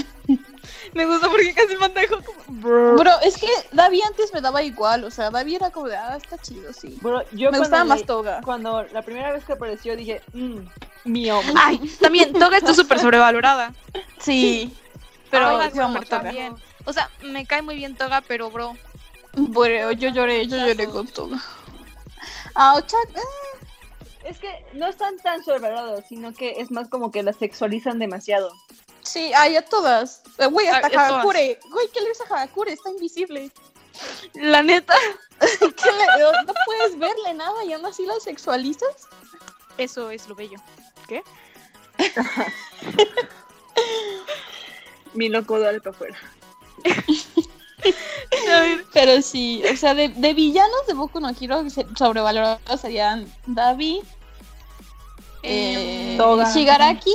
[SPEAKER 1] Me gusta porque casi manda a Hoku.
[SPEAKER 3] Bro, es que Davi antes me daba igual, o sea, Davi era como de, ah, está chido, sí.
[SPEAKER 4] Bro, yo
[SPEAKER 3] me
[SPEAKER 4] cuando
[SPEAKER 3] gustaba más
[SPEAKER 4] le-
[SPEAKER 3] Toga.
[SPEAKER 4] Cuando la primera vez que apareció dije, mmm, mi hombre.
[SPEAKER 1] Ay, también, Toga está súper sobrevalorada.
[SPEAKER 3] Sí.
[SPEAKER 1] Pero
[SPEAKER 3] Ay,
[SPEAKER 1] Toga
[SPEAKER 3] sí, amo a
[SPEAKER 1] súper
[SPEAKER 3] Toga.
[SPEAKER 1] también. O sea, me cae muy bien Toga, pero bro.
[SPEAKER 3] Bueno, yo lloré, yo lloré con Toga. Ah, Ocha,
[SPEAKER 4] Es que no están tan sobrevalorados, sino que es más como que las sexualizan demasiado.
[SPEAKER 3] sí, ay, a todas. Eh, Güey, hasta
[SPEAKER 1] Ay, a todas.
[SPEAKER 3] Hagakure. Güey, ¿qué le ves a Hagakure? Está invisible.
[SPEAKER 1] La neta.
[SPEAKER 3] ¿Qué le- no puedes verle nada y aún así la sexualizas.
[SPEAKER 1] Eso es lo bello.
[SPEAKER 4] Mi loco, dale para afuera.
[SPEAKER 1] A ver,
[SPEAKER 3] Pero sí, o sea, de, de villanos de Boku no Hero se- sobrevalorados serían Davi, eh,
[SPEAKER 1] em,
[SPEAKER 4] Toga.
[SPEAKER 3] Shigaraki.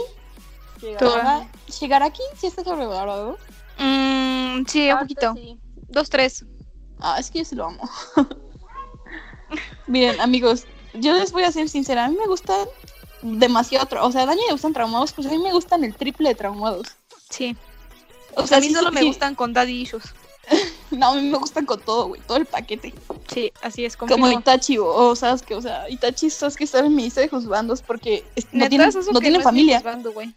[SPEAKER 1] Toga.
[SPEAKER 3] Toga. Shigaraki sí está sobrevalorado.
[SPEAKER 1] mm,
[SPEAKER 4] ah,
[SPEAKER 1] sí, un poquito. Dos, tres.
[SPEAKER 3] Ah, es que yo sí lo amo. Miren, amigos, yo les voy a ser sincera. A mí me gustan demasiado. tra- O sea, a Dani le gustan traumados, pues a mí me gustan el triple de traumados.
[SPEAKER 1] Sí.
[SPEAKER 3] O sea,
[SPEAKER 1] A mí
[SPEAKER 3] sí-
[SPEAKER 1] solo me
[SPEAKER 3] sí-
[SPEAKER 1] gustan con daddy issues.
[SPEAKER 3] No, a mí me gustan con todo, güey. Todo el paquete.
[SPEAKER 1] Sí, así es.
[SPEAKER 3] Como
[SPEAKER 1] confirmo.
[SPEAKER 3] Itachi o- o Sasuke. O sea, Itachi y Sasuke están en mi lista de juzgandos porque es- no
[SPEAKER 1] Neta,
[SPEAKER 3] tienen,
[SPEAKER 1] eso
[SPEAKER 3] no
[SPEAKER 1] que
[SPEAKER 3] tienen
[SPEAKER 1] es
[SPEAKER 3] familia.
[SPEAKER 1] mi juzgando, güey.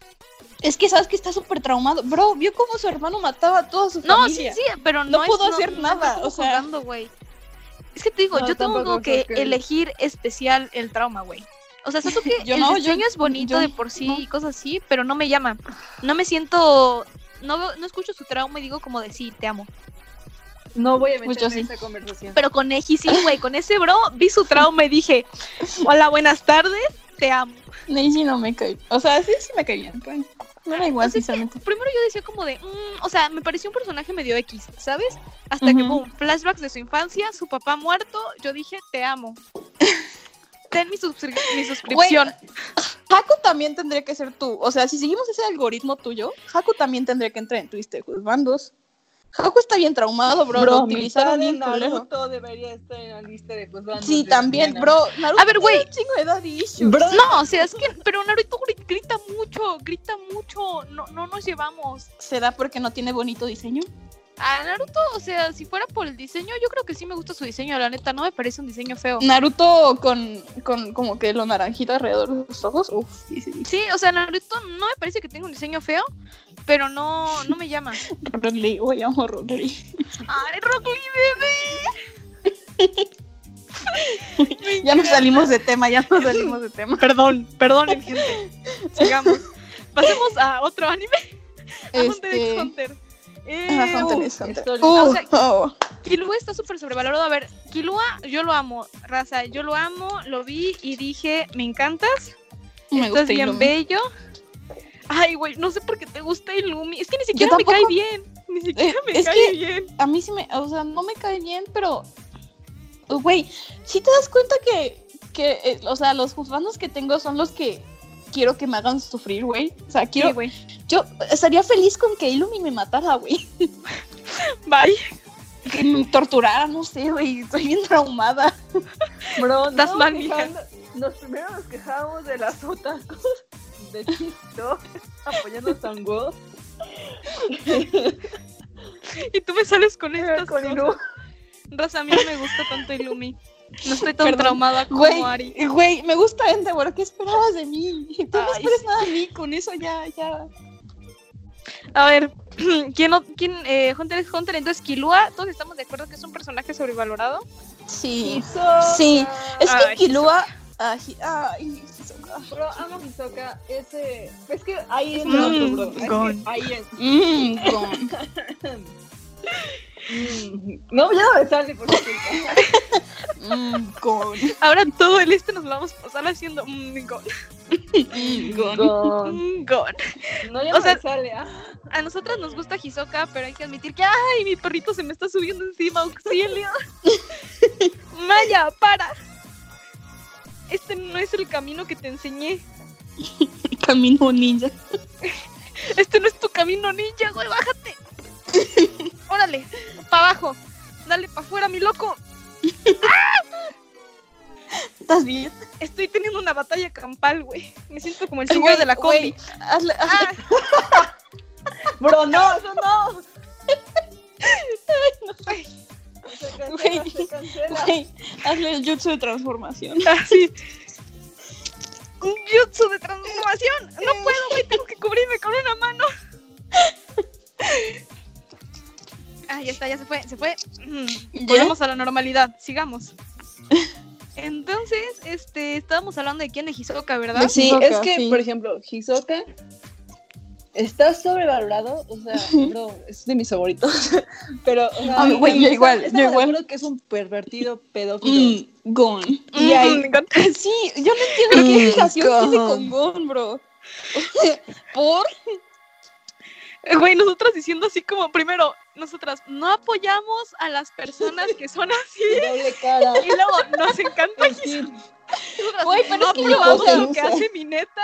[SPEAKER 3] Es que Sasuke está súper traumado. Bro, vio cómo su hermano mataba a toda su
[SPEAKER 1] No,
[SPEAKER 3] familia.
[SPEAKER 1] sí, sí, pero no,
[SPEAKER 3] No
[SPEAKER 1] es-
[SPEAKER 3] pudo hacer nada,
[SPEAKER 1] estuvo
[SPEAKER 3] o sea.
[SPEAKER 1] jugando, güey. Es que te digo,
[SPEAKER 4] No,
[SPEAKER 1] yo tengo
[SPEAKER 4] tampoco
[SPEAKER 1] como que
[SPEAKER 4] creo que-
[SPEAKER 1] elegir especial el trauma, güey. O sea, Sasuke,
[SPEAKER 3] Yo
[SPEAKER 1] el
[SPEAKER 3] no, yo-
[SPEAKER 1] diseño es bonito
[SPEAKER 3] yo
[SPEAKER 1] de por sí
[SPEAKER 3] no.
[SPEAKER 1] y cosas así, pero no me llama. No me siento... No, veo- no escucho su trauma y digo como de sí, te amo.
[SPEAKER 4] No voy a meterme
[SPEAKER 3] Pues yo
[SPEAKER 4] en
[SPEAKER 3] sí.
[SPEAKER 4] esta conversación.
[SPEAKER 1] Pero con Eji sí, güey. Con ese bro vi su trauma y dije, hola, buenas tardes, te amo.
[SPEAKER 3] Neji no me cae. O sea, sí, sí me cae bien. pero No era igual,
[SPEAKER 1] Pues es que
[SPEAKER 3] sinceramente.
[SPEAKER 1] Primero yo decía como de, "Mm", o sea, me pareció un personaje medio X, ¿sabes? Hasta que,
[SPEAKER 3] Ujú.
[SPEAKER 1] boom, flashbacks de su infancia, su papá muerto, yo dije, te amo. Ten mi, suscri- mi suscripción.
[SPEAKER 3] Haku también tendría que ser tú. O sea, si seguimos ese algoritmo tuyo, Haku también tendría que entrar en tu lista de juzgandos. Haku está bien traumado, bro. lo utilizaron bien culero.
[SPEAKER 4] Naruto debería estar en la lista de juzgados.
[SPEAKER 3] Sí,
[SPEAKER 4] de
[SPEAKER 3] también,
[SPEAKER 4] Diana.
[SPEAKER 3] bro. Naruto
[SPEAKER 1] A ver, güey.
[SPEAKER 3] tiene un chingo de daddy issues.
[SPEAKER 4] Bro,
[SPEAKER 1] No, o sea, es que, pero Naruto gri- grita mucho, grita mucho, no, no nos llevamos.
[SPEAKER 3] ¿Será porque no tiene bonito diseño?
[SPEAKER 1] A Naruto, o sea, si fuera por el diseño, yo creo que sí me gusta su diseño, la neta, no me parece un diseño feo.
[SPEAKER 3] Naruto con, con como que lo naranjito alrededor de los ojos. Uf, sí, sí.
[SPEAKER 1] Sí, o sea, Naruto no me parece que tenga un diseño feo, pero no, no me llama.
[SPEAKER 3] Ronley, güey, amo a Ronley.
[SPEAKER 1] ¡Ay, Rock Lee, bebé!
[SPEAKER 3] Ya nos salimos de tema, ya nos salimos de tema.
[SPEAKER 1] Perdón, perdonen, gente. Sigamos. Pasemos a otro anime. A Hunter
[SPEAKER 3] Este,
[SPEAKER 1] x Hunter. Eh,
[SPEAKER 3] ajá, Hunter
[SPEAKER 1] uh,
[SPEAKER 3] x Hunter.
[SPEAKER 4] estoy-
[SPEAKER 3] Uh,
[SPEAKER 1] o sea,
[SPEAKER 3] oh.
[SPEAKER 1] Killua está súper sobrevalorado. A ver, Killua, yo lo amo. Raza, yo lo amo. Lo vi y dije, me encantas.
[SPEAKER 3] Me
[SPEAKER 1] Estás
[SPEAKER 3] gusta
[SPEAKER 1] bien
[SPEAKER 3] Illumi.
[SPEAKER 1] bello. Ay, güey, no sé por qué te gusta Illumi. Es que ni siquiera me
[SPEAKER 3] tampoco.
[SPEAKER 1] cae bien. Ni siquiera me
[SPEAKER 3] es
[SPEAKER 1] cae
[SPEAKER 3] que-
[SPEAKER 1] bien.
[SPEAKER 3] a mí sí me, o sea, no me cae bien, pero, güey, si te das cuenta que, que eh, o sea, los juzgandos que tengo son los que quiero que me hagan sufrir, güey. O sea, quiero,
[SPEAKER 1] Sí, güey.
[SPEAKER 3] yo estaría feliz con que Illumi me matara, güey.
[SPEAKER 1] Bye.
[SPEAKER 3] Que me torturara, no sé, güey, estoy bien traumada.
[SPEAKER 4] bro,
[SPEAKER 1] estás
[SPEAKER 4] no,
[SPEAKER 1] mal,
[SPEAKER 4] quejando- Nos primero nos quejábamos de las otacos de TikTok apoyando a Sango.
[SPEAKER 1] Y tú me sales con estas
[SPEAKER 4] Con
[SPEAKER 1] cosas.
[SPEAKER 4] Iru.
[SPEAKER 1] Rosa, a mí no me gusta tanto Illumi. No estoy tan
[SPEAKER 3] Perdón.
[SPEAKER 1] traumada como
[SPEAKER 3] Güey,
[SPEAKER 1] Ari.
[SPEAKER 3] güey, me gusta Endeavor, ¿qué esperabas de mí? Tú no
[SPEAKER 1] Ay,
[SPEAKER 3] esperas nada de mí, con eso ya, ya.
[SPEAKER 1] A ver, ¿quién, no- quién eh, Hunter x Hunter? Entonces, Kilua, todos estamos de acuerdo que es un personaje sobrevalorado.
[SPEAKER 3] Sí.
[SPEAKER 4] Hisoka.
[SPEAKER 3] Sí, Es que
[SPEAKER 1] Ay,
[SPEAKER 3] Kilua. Ay, ay, Hisoka.
[SPEAKER 4] Bro, amo Hisoka. Ese. Es que ahí es
[SPEAKER 1] Mm,
[SPEAKER 4] otro, bro. Es que
[SPEAKER 1] gone.
[SPEAKER 4] ahí es.
[SPEAKER 3] Mmm, con-
[SPEAKER 4] Mm. No, ya no me sale por su culpa.
[SPEAKER 3] mmm, con-
[SPEAKER 1] Ahora todo el este nos lo vamos a pasar haciendo mm, gon,
[SPEAKER 3] mmm, con.
[SPEAKER 4] Gone.
[SPEAKER 1] mm, gon.
[SPEAKER 4] No, ya
[SPEAKER 1] O
[SPEAKER 4] no
[SPEAKER 1] sea-
[SPEAKER 4] me sale. ah.
[SPEAKER 1] A nosotras nos gusta Hisoka, pero hay que admitir que, ay, mi perrito se me está subiendo encima, auxilio. Maya, para. Este no es el camino que te enseñé.
[SPEAKER 3] Camino ninja.
[SPEAKER 1] Este no es tu camino ninja, güey, bájate. Órale, para abajo. Dale para afuera, mi loco.
[SPEAKER 3] ¿Estás bien?
[SPEAKER 1] Estoy teniendo una batalla campal, güey. Me siento como el
[SPEAKER 3] Ay,
[SPEAKER 1] señor
[SPEAKER 3] güey,
[SPEAKER 1] de la combi.
[SPEAKER 3] güey, hazle- hazle-
[SPEAKER 1] Ah,
[SPEAKER 4] Bro, no, eso no. Se cancela,
[SPEAKER 3] Güey.
[SPEAKER 4] se cancela.
[SPEAKER 3] güey, hazle el jutsu de transformación.
[SPEAKER 1] así. Un jutsu de transformación. No puedo, güey, tengo que cubrirme con una mano. Ah, ya está, ya se fue, se fue. Mm,
[SPEAKER 3] ¿Ya?
[SPEAKER 1] Volvemos a la normalidad, sigamos. Entonces, este, estábamos hablando de quién de Hisoka, ¿verdad?
[SPEAKER 3] Sí,
[SPEAKER 4] Hisoka,
[SPEAKER 3] es que, por
[SPEAKER 4] ejemplo, Hisoka está sobrevalorado, o sea, bro, es de mis favoritos. Pero, o sea,
[SPEAKER 3] Ay, güey, yo
[SPEAKER 4] está-
[SPEAKER 3] igual, yo
[SPEAKER 4] estamos de
[SPEAKER 3] igual.
[SPEAKER 4] acuerdo que es un pervertido pedófilo.
[SPEAKER 3] Mmm, con.
[SPEAKER 1] Mm,
[SPEAKER 4] Y ahí-
[SPEAKER 1] me encanta.
[SPEAKER 3] Sí, yo no entiendo qué
[SPEAKER 1] Mm,
[SPEAKER 3] fijación tiene
[SPEAKER 1] con.
[SPEAKER 3] con Gon, bro. Por
[SPEAKER 1] Güey, nosotras diciendo así como, primero, nosotras no apoyamos a las personas que son así
[SPEAKER 4] Doble cara. Pues
[SPEAKER 1] y luego nos encanta Hisoka.
[SPEAKER 4] Sí,
[SPEAKER 1] Nosotras
[SPEAKER 3] Güey, pero
[SPEAKER 1] no
[SPEAKER 3] es que yo
[SPEAKER 1] aprobamos
[SPEAKER 3] no
[SPEAKER 1] lo que
[SPEAKER 4] uso.
[SPEAKER 1] hace mi neta.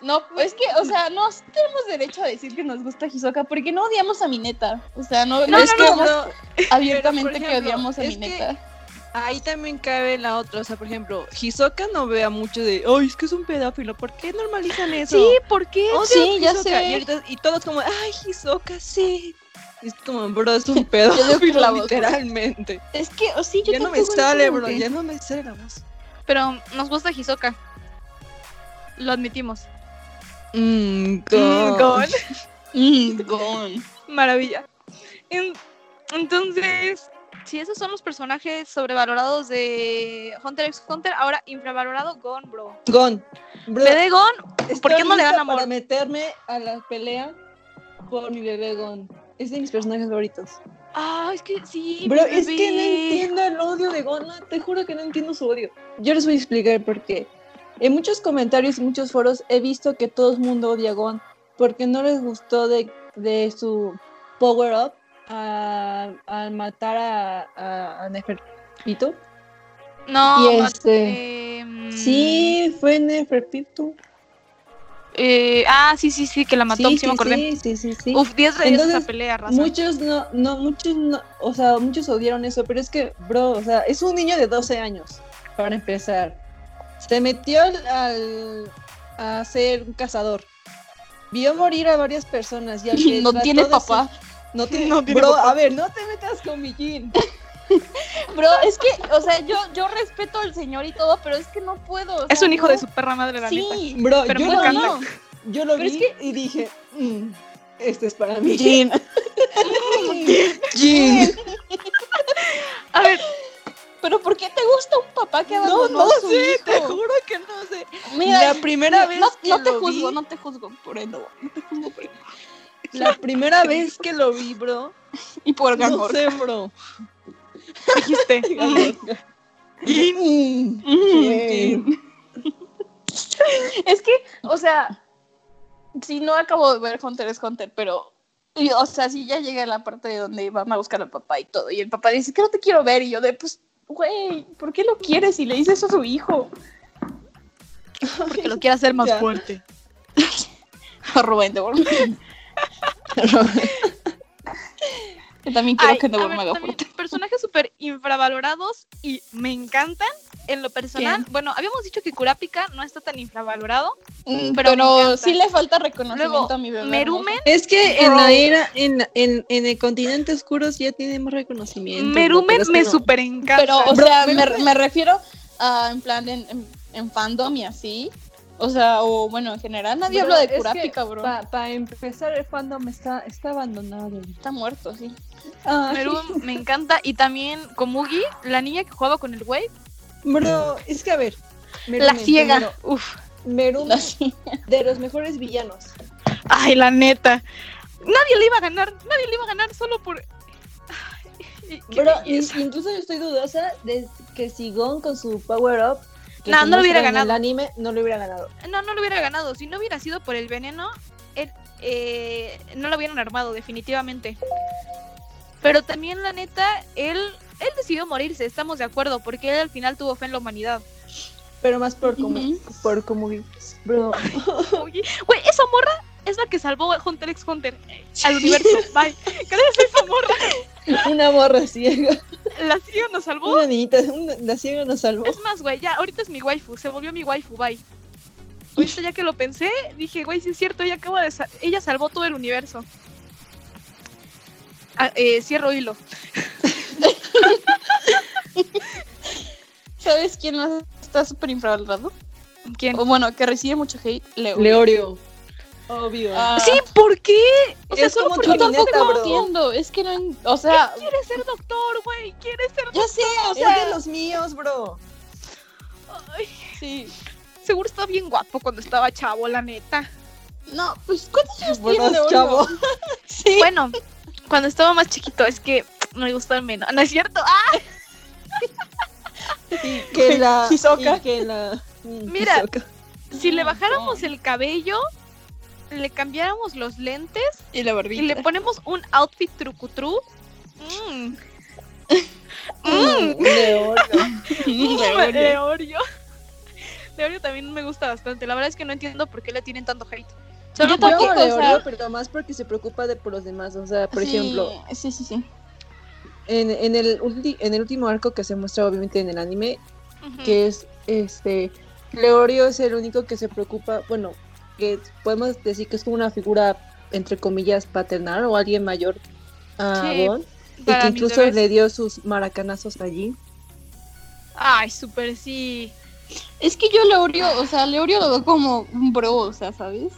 [SPEAKER 3] No, es que, o sea, no tenemos derecho a decir que nos gusta Hisoka porque no odiamos a Mineta. O sea, no, no,
[SPEAKER 1] No,
[SPEAKER 3] es
[SPEAKER 1] no,
[SPEAKER 3] que
[SPEAKER 1] no,
[SPEAKER 3] digamos abiertamente
[SPEAKER 5] Pero, por
[SPEAKER 3] que
[SPEAKER 5] ejemplo,
[SPEAKER 3] odiamos a
[SPEAKER 5] es que-
[SPEAKER 3] Mineta.
[SPEAKER 5] Ahí también cabe la otra, o sea, por ejemplo, Hisoka no vea mucho de, ay, es que es un pedófilo, ¿por qué normalizan eso?
[SPEAKER 1] Sí, ¿por qué?
[SPEAKER 5] Odio a
[SPEAKER 3] sí, ya
[SPEAKER 5] Hisoka.
[SPEAKER 3] sé.
[SPEAKER 5] Y, ahorita- y todos como, ay, Hisoka, sí. Y es como, bro, es un pedófilo,
[SPEAKER 3] clavo.
[SPEAKER 5] literalmente.
[SPEAKER 3] Es que, o sí, yo
[SPEAKER 5] ya no me
[SPEAKER 3] tampoco
[SPEAKER 5] sale,
[SPEAKER 3] entiendo
[SPEAKER 5] bro,
[SPEAKER 3] que-
[SPEAKER 5] ya no me sale la voz.
[SPEAKER 1] Pero nos gusta Hisoka. Lo admitimos.
[SPEAKER 5] Mmm,
[SPEAKER 1] Mm, gol.
[SPEAKER 3] Mm, Gon.
[SPEAKER 1] Maravilla. En- entonces, si esos son los personajes sobrevalorados de Hunter x Hunter, ahora infravalorado Gon, bro.
[SPEAKER 5] Gon. Bro,
[SPEAKER 1] Bebé Gon, ¿por qué
[SPEAKER 4] estoy
[SPEAKER 1] no le dan
[SPEAKER 4] lista
[SPEAKER 1] amor?
[SPEAKER 4] Para meterme a la pelea por mi bebé Gon. Es de mis personajes favoritos.
[SPEAKER 1] ah, es que sí.
[SPEAKER 4] Bro,
[SPEAKER 1] mi
[SPEAKER 4] es que no
[SPEAKER 1] bebé.
[SPEAKER 4] entiendo el odio de Gon. no, Te juro que no entiendo su odio. Yo les voy a explicar por qué. En muchos comentarios y muchos foros he visto que todo el mundo odia a Gon porque no les gustó de, de su power-up a- al matar a, a, a Neferpito.
[SPEAKER 1] No,
[SPEAKER 4] Y
[SPEAKER 1] ma-
[SPEAKER 4] este-
[SPEAKER 1] eh, mm,
[SPEAKER 4] Sí, fue Neferpito.
[SPEAKER 1] eh, ah, sí, sí, sí, que la mató. Sí,
[SPEAKER 4] sí,
[SPEAKER 1] me acordé.
[SPEAKER 4] sí, sí, sí, sí.
[SPEAKER 1] Uf, 10 de 10 esa
[SPEAKER 4] Entonces,
[SPEAKER 1] pelea, raza.
[SPEAKER 4] Muchos no, no, muchos no, o sea, muchos odiaron eso, pero es que, bro, o sea, es un niño de 12 años, para empezar. Se metió al, al- a ser un cazador. Vio morir a varias personas y al que
[SPEAKER 3] No
[SPEAKER 4] trató
[SPEAKER 3] tiene
[SPEAKER 4] de
[SPEAKER 3] papá.
[SPEAKER 4] ser- no tiene,
[SPEAKER 5] No tiene
[SPEAKER 4] bro,
[SPEAKER 5] papá.
[SPEAKER 4] a ver, no te metas con mi Jin.
[SPEAKER 3] Bro, es que, o sea, yo, yo respeto al señor y todo, pero es que no puedo. o
[SPEAKER 1] Es
[SPEAKER 3] sea,
[SPEAKER 1] un hijo
[SPEAKER 3] no.
[SPEAKER 1] de su perra madre, la neta.
[SPEAKER 3] Sí,
[SPEAKER 4] Bro,
[SPEAKER 1] Pero
[SPEAKER 4] yo
[SPEAKER 1] me
[SPEAKER 4] lo vi,
[SPEAKER 1] encanta.
[SPEAKER 4] yo lo
[SPEAKER 3] Pero es
[SPEAKER 4] vi y dije, "Mm, este es para mí.
[SPEAKER 3] Jin.
[SPEAKER 5] Jin.
[SPEAKER 1] A ver,
[SPEAKER 3] Pero ¿por qué te gusta un papá que
[SPEAKER 5] No,
[SPEAKER 3] abandonó
[SPEAKER 5] no
[SPEAKER 3] a su
[SPEAKER 5] sé,
[SPEAKER 3] hijo?
[SPEAKER 5] te juro que no sé.
[SPEAKER 3] Mira,
[SPEAKER 5] la primera
[SPEAKER 3] no-
[SPEAKER 5] vez
[SPEAKER 3] no,
[SPEAKER 5] que
[SPEAKER 3] no te
[SPEAKER 5] lo
[SPEAKER 3] juzgo,
[SPEAKER 5] vi-
[SPEAKER 3] no te juzgo por él, no, no te juzgo por él.
[SPEAKER 5] La primera vez que lo vi, bro,
[SPEAKER 3] Y
[SPEAKER 5] no
[SPEAKER 3] por Gangor.
[SPEAKER 5] sé, bro.
[SPEAKER 1] dijiste.
[SPEAKER 5] Jin.
[SPEAKER 3] Mm. es que, o sea, si no acabo de ver Hunter es Hunter, pero, y, o sea, si ya llegué a la parte de donde van a buscar al papá y todo, y el papá dice que no te quiero ver, y yo de, pues, güey, ¿por qué lo quieres? Y le dice eso a su hijo,
[SPEAKER 1] porque lo quiere hacer más
[SPEAKER 4] Ya.
[SPEAKER 1] fuerte.
[SPEAKER 3] a Rubén de Borma. yo también quiero
[SPEAKER 1] Ay,
[SPEAKER 3] que
[SPEAKER 1] a
[SPEAKER 3] de
[SPEAKER 1] ver,
[SPEAKER 3] Borma haga
[SPEAKER 1] también,
[SPEAKER 3] fuerte.
[SPEAKER 1] personajes súper infravalorados y me encantan en lo personal, bueno, habíamos dicho que Kurapika no está tan infravalorado.
[SPEAKER 3] Mm,
[SPEAKER 1] Pero
[SPEAKER 3] Pero,
[SPEAKER 1] me encanta.
[SPEAKER 3] sí le falta reconocimiento
[SPEAKER 1] Luego,
[SPEAKER 3] a mi bebé.
[SPEAKER 1] Merumen,
[SPEAKER 5] Es que en
[SPEAKER 1] Bro.
[SPEAKER 5] la era, en, en, en el continente oscuro sí ya tenemos reconocimiento.
[SPEAKER 1] Merumen
[SPEAKER 5] pero es que
[SPEAKER 1] me
[SPEAKER 5] no.
[SPEAKER 1] super encanta.
[SPEAKER 3] Pero, o sea, me, me refiero a, en plan, en, en, en fandom y así. O sea, o bueno, en general, nadie
[SPEAKER 4] Bro,
[SPEAKER 3] habla
[SPEAKER 4] es que
[SPEAKER 3] de Kurapika, bro.
[SPEAKER 4] Para empezar, el fandom está, está abandonado.
[SPEAKER 3] Está muerto, sí.
[SPEAKER 1] Merumen me encanta. Y también Komugi, la niña que jugaba con el güey.
[SPEAKER 4] Bro, es que a ver.
[SPEAKER 1] La
[SPEAKER 4] Merumen,
[SPEAKER 1] ciega. Uf.
[SPEAKER 4] primero, Merumen,
[SPEAKER 3] Así.
[SPEAKER 4] de los mejores villanos.
[SPEAKER 1] Ay, la neta. Nadie le iba a ganar. Nadie le iba a ganar solo por. Ay, qué
[SPEAKER 4] Bro,
[SPEAKER 1] belleza.
[SPEAKER 4] in- incluso yo estoy dudosa de que si Gon con su power up. que
[SPEAKER 1] Nah,
[SPEAKER 4] se
[SPEAKER 1] no lo hubiera
[SPEAKER 4] muestra en
[SPEAKER 1] ganado.
[SPEAKER 4] El anime no lo hubiera ganado.
[SPEAKER 1] No, no lo hubiera ganado. Si no hubiera sido por el veneno, él, eh, no lo hubieran armado, definitivamente. Pero también, la neta, él, él decidió morirse, estamos de acuerdo, porque él al final tuvo fe en la humanidad.
[SPEAKER 4] Pero más por como.
[SPEAKER 3] Ujú.
[SPEAKER 4] Por como. Bro,
[SPEAKER 1] Oye, Güey, esa morra es la que salvó a Hunter x Hunter eh, al universo. Bye. Gracias a esa morra.
[SPEAKER 4] una morra ciega.
[SPEAKER 1] La ciega nos salvó.
[SPEAKER 4] Una niñita, una, la ciega nos salvó.
[SPEAKER 1] Es más, güey, ya, ahorita es mi waifu, se volvió mi waifu, bye. Ahorita ya que lo pensé, dije, güey, sí es cierto, ella acaba de sa- ella salvó todo el universo. Ah, eh, cierro hilo.
[SPEAKER 3] ¿Sabes quién más está súper infravalorado?
[SPEAKER 1] ¿Quién?
[SPEAKER 3] O bueno, que recibe mucho hate, Leo.
[SPEAKER 5] Leorio. Obvio.
[SPEAKER 3] Ah,
[SPEAKER 1] Sí, ¿por qué? O sea,
[SPEAKER 4] Es
[SPEAKER 1] solo
[SPEAKER 4] como
[SPEAKER 1] porque
[SPEAKER 3] yo
[SPEAKER 4] tu
[SPEAKER 1] no
[SPEAKER 3] tampoco
[SPEAKER 4] Caminata, bro.
[SPEAKER 3] entiendo. Es que no. en- O sea,
[SPEAKER 1] quiere ser doctor, güey. Quiere ser
[SPEAKER 3] ya sé, o
[SPEAKER 4] Es de
[SPEAKER 3] sea.
[SPEAKER 4] los míos, bro.
[SPEAKER 1] Ay,
[SPEAKER 3] Sí.
[SPEAKER 1] Seguro estaba bien guapo cuando estaba chavo, la neta.
[SPEAKER 3] No, pues ¿cuántos años
[SPEAKER 4] Por
[SPEAKER 3] tiene
[SPEAKER 4] los
[SPEAKER 3] Leorio?
[SPEAKER 4] chavos.
[SPEAKER 3] Sí.
[SPEAKER 1] Bueno, cuando estaba más chiquito, es que me gustó menos. ¿No es cierto? ¡Ah!
[SPEAKER 4] Que la.
[SPEAKER 3] Hisoka.
[SPEAKER 4] y que la. mm,
[SPEAKER 1] Mira.
[SPEAKER 4] Hisoka.
[SPEAKER 1] Si le bajáramos el cabello, le cambiáramos los lentes
[SPEAKER 3] Y la
[SPEAKER 1] y
[SPEAKER 3] barbita.
[SPEAKER 1] le ponemos un outfit trucutru. Mm.
[SPEAKER 4] Mm, Leorio.
[SPEAKER 1] Mm,
[SPEAKER 3] Leorio.
[SPEAKER 1] Leorio. Leorio también me gusta bastante. La verdad es que no entiendo por qué le tienen tanto hate. Solo
[SPEAKER 3] Yo
[SPEAKER 1] porque-
[SPEAKER 3] tampoco,
[SPEAKER 4] Yo,
[SPEAKER 3] o
[SPEAKER 4] Leorio,
[SPEAKER 3] sea-
[SPEAKER 4] pero más porque se preocupa de por los demás. O sea, por
[SPEAKER 3] Sí,
[SPEAKER 4] ejemplo,
[SPEAKER 3] Sí, sí, sí.
[SPEAKER 4] en, en, el ulti- en el último arco que se muestra, obviamente, en el anime,
[SPEAKER 3] Mm.
[SPEAKER 1] Ujú.
[SPEAKER 4] que es este. Leorio es el único que se preocupa. Bueno, que podemos decir que es como una figura, entre comillas, paternal o alguien mayor a
[SPEAKER 1] Sí,
[SPEAKER 4] Gon, Y
[SPEAKER 1] Para
[SPEAKER 4] que
[SPEAKER 1] mis
[SPEAKER 4] incluso
[SPEAKER 1] bebés.
[SPEAKER 4] le dio sus maracanazos allí.
[SPEAKER 1] Ay, súper sí.
[SPEAKER 3] Es que yo Leorio, o sea, Leorio lo veo como un bro, o sea, ¿sabes?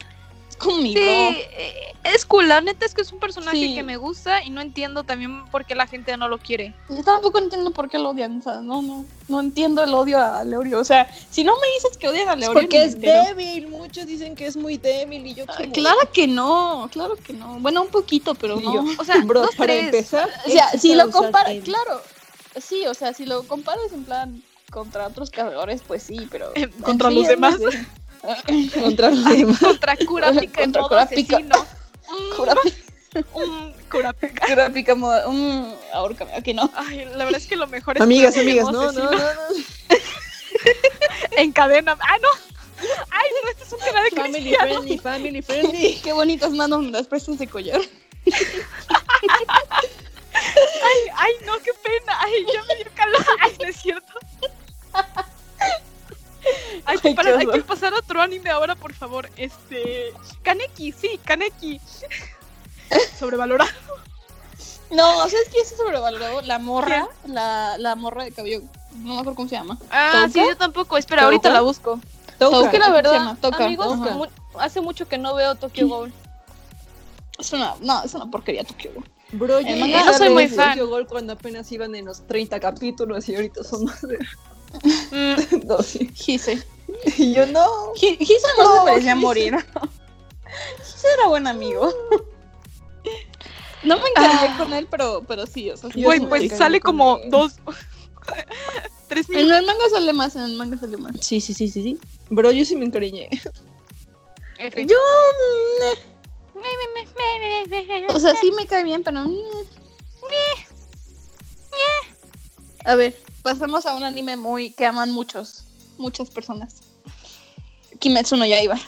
[SPEAKER 3] Es como mi
[SPEAKER 1] Sí,
[SPEAKER 3] bro.
[SPEAKER 1] eh, es cool. La neta es que es un personaje
[SPEAKER 3] Sí.
[SPEAKER 1] que me gusta y no entiendo también por qué la gente no lo quiere.
[SPEAKER 3] Yo tampoco entiendo por qué lo odian, o sea, no, no, no entiendo el odio a Leorio. O sea, si no me dices que odian a Leorio.
[SPEAKER 4] porque
[SPEAKER 3] ni
[SPEAKER 4] es
[SPEAKER 3] me entero.
[SPEAKER 4] débil, muchos dicen que es muy débil y yo
[SPEAKER 3] Ah,
[SPEAKER 4] como-
[SPEAKER 3] Claro que no, claro que no. Bueno, un poquito, pero
[SPEAKER 4] Y
[SPEAKER 3] no.
[SPEAKER 4] yo,
[SPEAKER 1] O sea,
[SPEAKER 4] Bro,
[SPEAKER 1] dos,
[SPEAKER 4] para
[SPEAKER 1] tres.
[SPEAKER 4] empezar,
[SPEAKER 3] O sea,
[SPEAKER 4] él
[SPEAKER 3] si
[SPEAKER 4] sí sabe
[SPEAKER 3] lo
[SPEAKER 4] usar
[SPEAKER 3] comparas,
[SPEAKER 4] el-
[SPEAKER 3] claro, sí, o sea, si lo comparas en plan contra otros cargadores, pues sí, pero...
[SPEAKER 1] Eh, contra
[SPEAKER 3] Sí,
[SPEAKER 1] los
[SPEAKER 3] es
[SPEAKER 1] demás.
[SPEAKER 3] más de-
[SPEAKER 4] contra los demás.
[SPEAKER 1] Contra Kurapika en
[SPEAKER 3] Contra
[SPEAKER 1] modo
[SPEAKER 3] Kurapika.
[SPEAKER 1] asesino. Mm,
[SPEAKER 3] Kurapika,
[SPEAKER 1] mm, Kurapika.
[SPEAKER 3] Kurapika, moda- mm, ahórcame, aquí no.
[SPEAKER 1] Ay, la verdad es que lo mejor es
[SPEAKER 4] Amigas,
[SPEAKER 1] Kurapika en
[SPEAKER 4] amigas,
[SPEAKER 1] modo
[SPEAKER 4] no, no, no,
[SPEAKER 1] asesino.
[SPEAKER 4] no.
[SPEAKER 1] En cadena. Ah, no. Ay, no, este es un canal de
[SPEAKER 4] Family
[SPEAKER 1] cristiano.
[SPEAKER 4] friendly, family friendly.
[SPEAKER 3] Qué bonitas manos me las prestas de collar.
[SPEAKER 1] Ay, ay, no, qué pena. Ay, ya me dio calor. Ay, no es cierto. Ay,
[SPEAKER 3] Ay,
[SPEAKER 1] para,
[SPEAKER 3] qué
[SPEAKER 1] hay que
[SPEAKER 3] horror.
[SPEAKER 1] pasar a otro anime ahora, por favor. Este. Kaneki, sí, Kaneki. Sobrevalorado.
[SPEAKER 3] No, o sea, es que eso sobrevalorado. La morra, la, la morra de cabello, no me acuerdo cómo se llama.
[SPEAKER 1] Ah, sí, yo tampoco. Espera, ahorita la busco.
[SPEAKER 4] Toca.
[SPEAKER 3] Toca.
[SPEAKER 1] Es que la
[SPEAKER 3] ¿cómo se
[SPEAKER 1] verdad,
[SPEAKER 3] llama? Toca,
[SPEAKER 1] amigos,
[SPEAKER 3] toca.
[SPEAKER 1] mu- hace mucho que no veo Tokyo Ghoul.
[SPEAKER 3] Es una, no, es una porquería Tokyo Ghoul.
[SPEAKER 4] Bro, yo
[SPEAKER 3] Eh,
[SPEAKER 4] llegué
[SPEAKER 3] yo
[SPEAKER 4] a
[SPEAKER 3] no
[SPEAKER 1] soy
[SPEAKER 4] ver
[SPEAKER 1] muy
[SPEAKER 4] el
[SPEAKER 1] fan.
[SPEAKER 4] Tokyo Ghoul cuando apenas iban en los 30 capítulos y ahorita son más de
[SPEAKER 1] Mm,
[SPEAKER 4] 12.
[SPEAKER 3] Gise.
[SPEAKER 4] Y Oh, yo no.
[SPEAKER 3] Gi- Gise no,
[SPEAKER 4] No,
[SPEAKER 3] se merecía
[SPEAKER 4] Gise.
[SPEAKER 3] morir. Gise era buen amigo. No me
[SPEAKER 4] Ah.
[SPEAKER 3] encargué con él, pero, pero sí, o sea, sí.
[SPEAKER 4] Yo
[SPEAKER 1] Güey,
[SPEAKER 4] soy
[SPEAKER 1] pues
[SPEAKER 4] mexicana
[SPEAKER 1] sale como
[SPEAKER 4] también.
[SPEAKER 1] dos. Tres
[SPEAKER 3] En
[SPEAKER 1] minutos.
[SPEAKER 3] el manga sale más, en el manga sale más.
[SPEAKER 4] Sí, sí, sí, sí, sí. Bro, yo sí me encariñé.
[SPEAKER 1] F.
[SPEAKER 3] Yo, mm, o sea, sí me cae bien, pero... mm. A ver, pasamos a un anime muy que aman muchos, muchas personas. Kimetsu no Yaiba.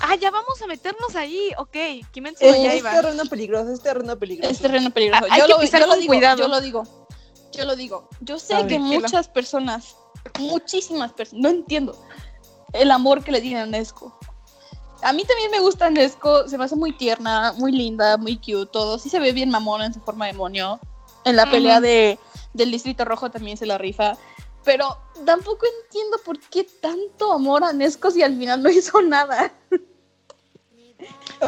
[SPEAKER 1] Ah, ya vamos a meternos ahí. Ok, Kimetsu no
[SPEAKER 4] Es, es
[SPEAKER 1] Yaiba.
[SPEAKER 4] terreno peligroso, es terreno peligroso.
[SPEAKER 3] Es terreno peligroso.
[SPEAKER 1] Ah, hay
[SPEAKER 3] yo
[SPEAKER 1] que
[SPEAKER 3] lo,
[SPEAKER 1] pisar
[SPEAKER 3] yo lo
[SPEAKER 1] con
[SPEAKER 3] digo,
[SPEAKER 1] cuidado.
[SPEAKER 3] Yo lo digo. Yo lo digo. Yo sé
[SPEAKER 4] A ver,
[SPEAKER 3] que
[SPEAKER 4] dilo.
[SPEAKER 3] muchas personas Muchísimas personas. No entiendo el amor que le tienen a Nesco. A mí también me gusta Nesco. Se me hace muy tierna, muy linda, muy cute, todo. Sí se ve bien mamona en su forma de demonio. En la pelea de, del Distrito Rojo también se la rifa. Pero tampoco entiendo por qué tanto amor a Nesco si al final no hizo nada.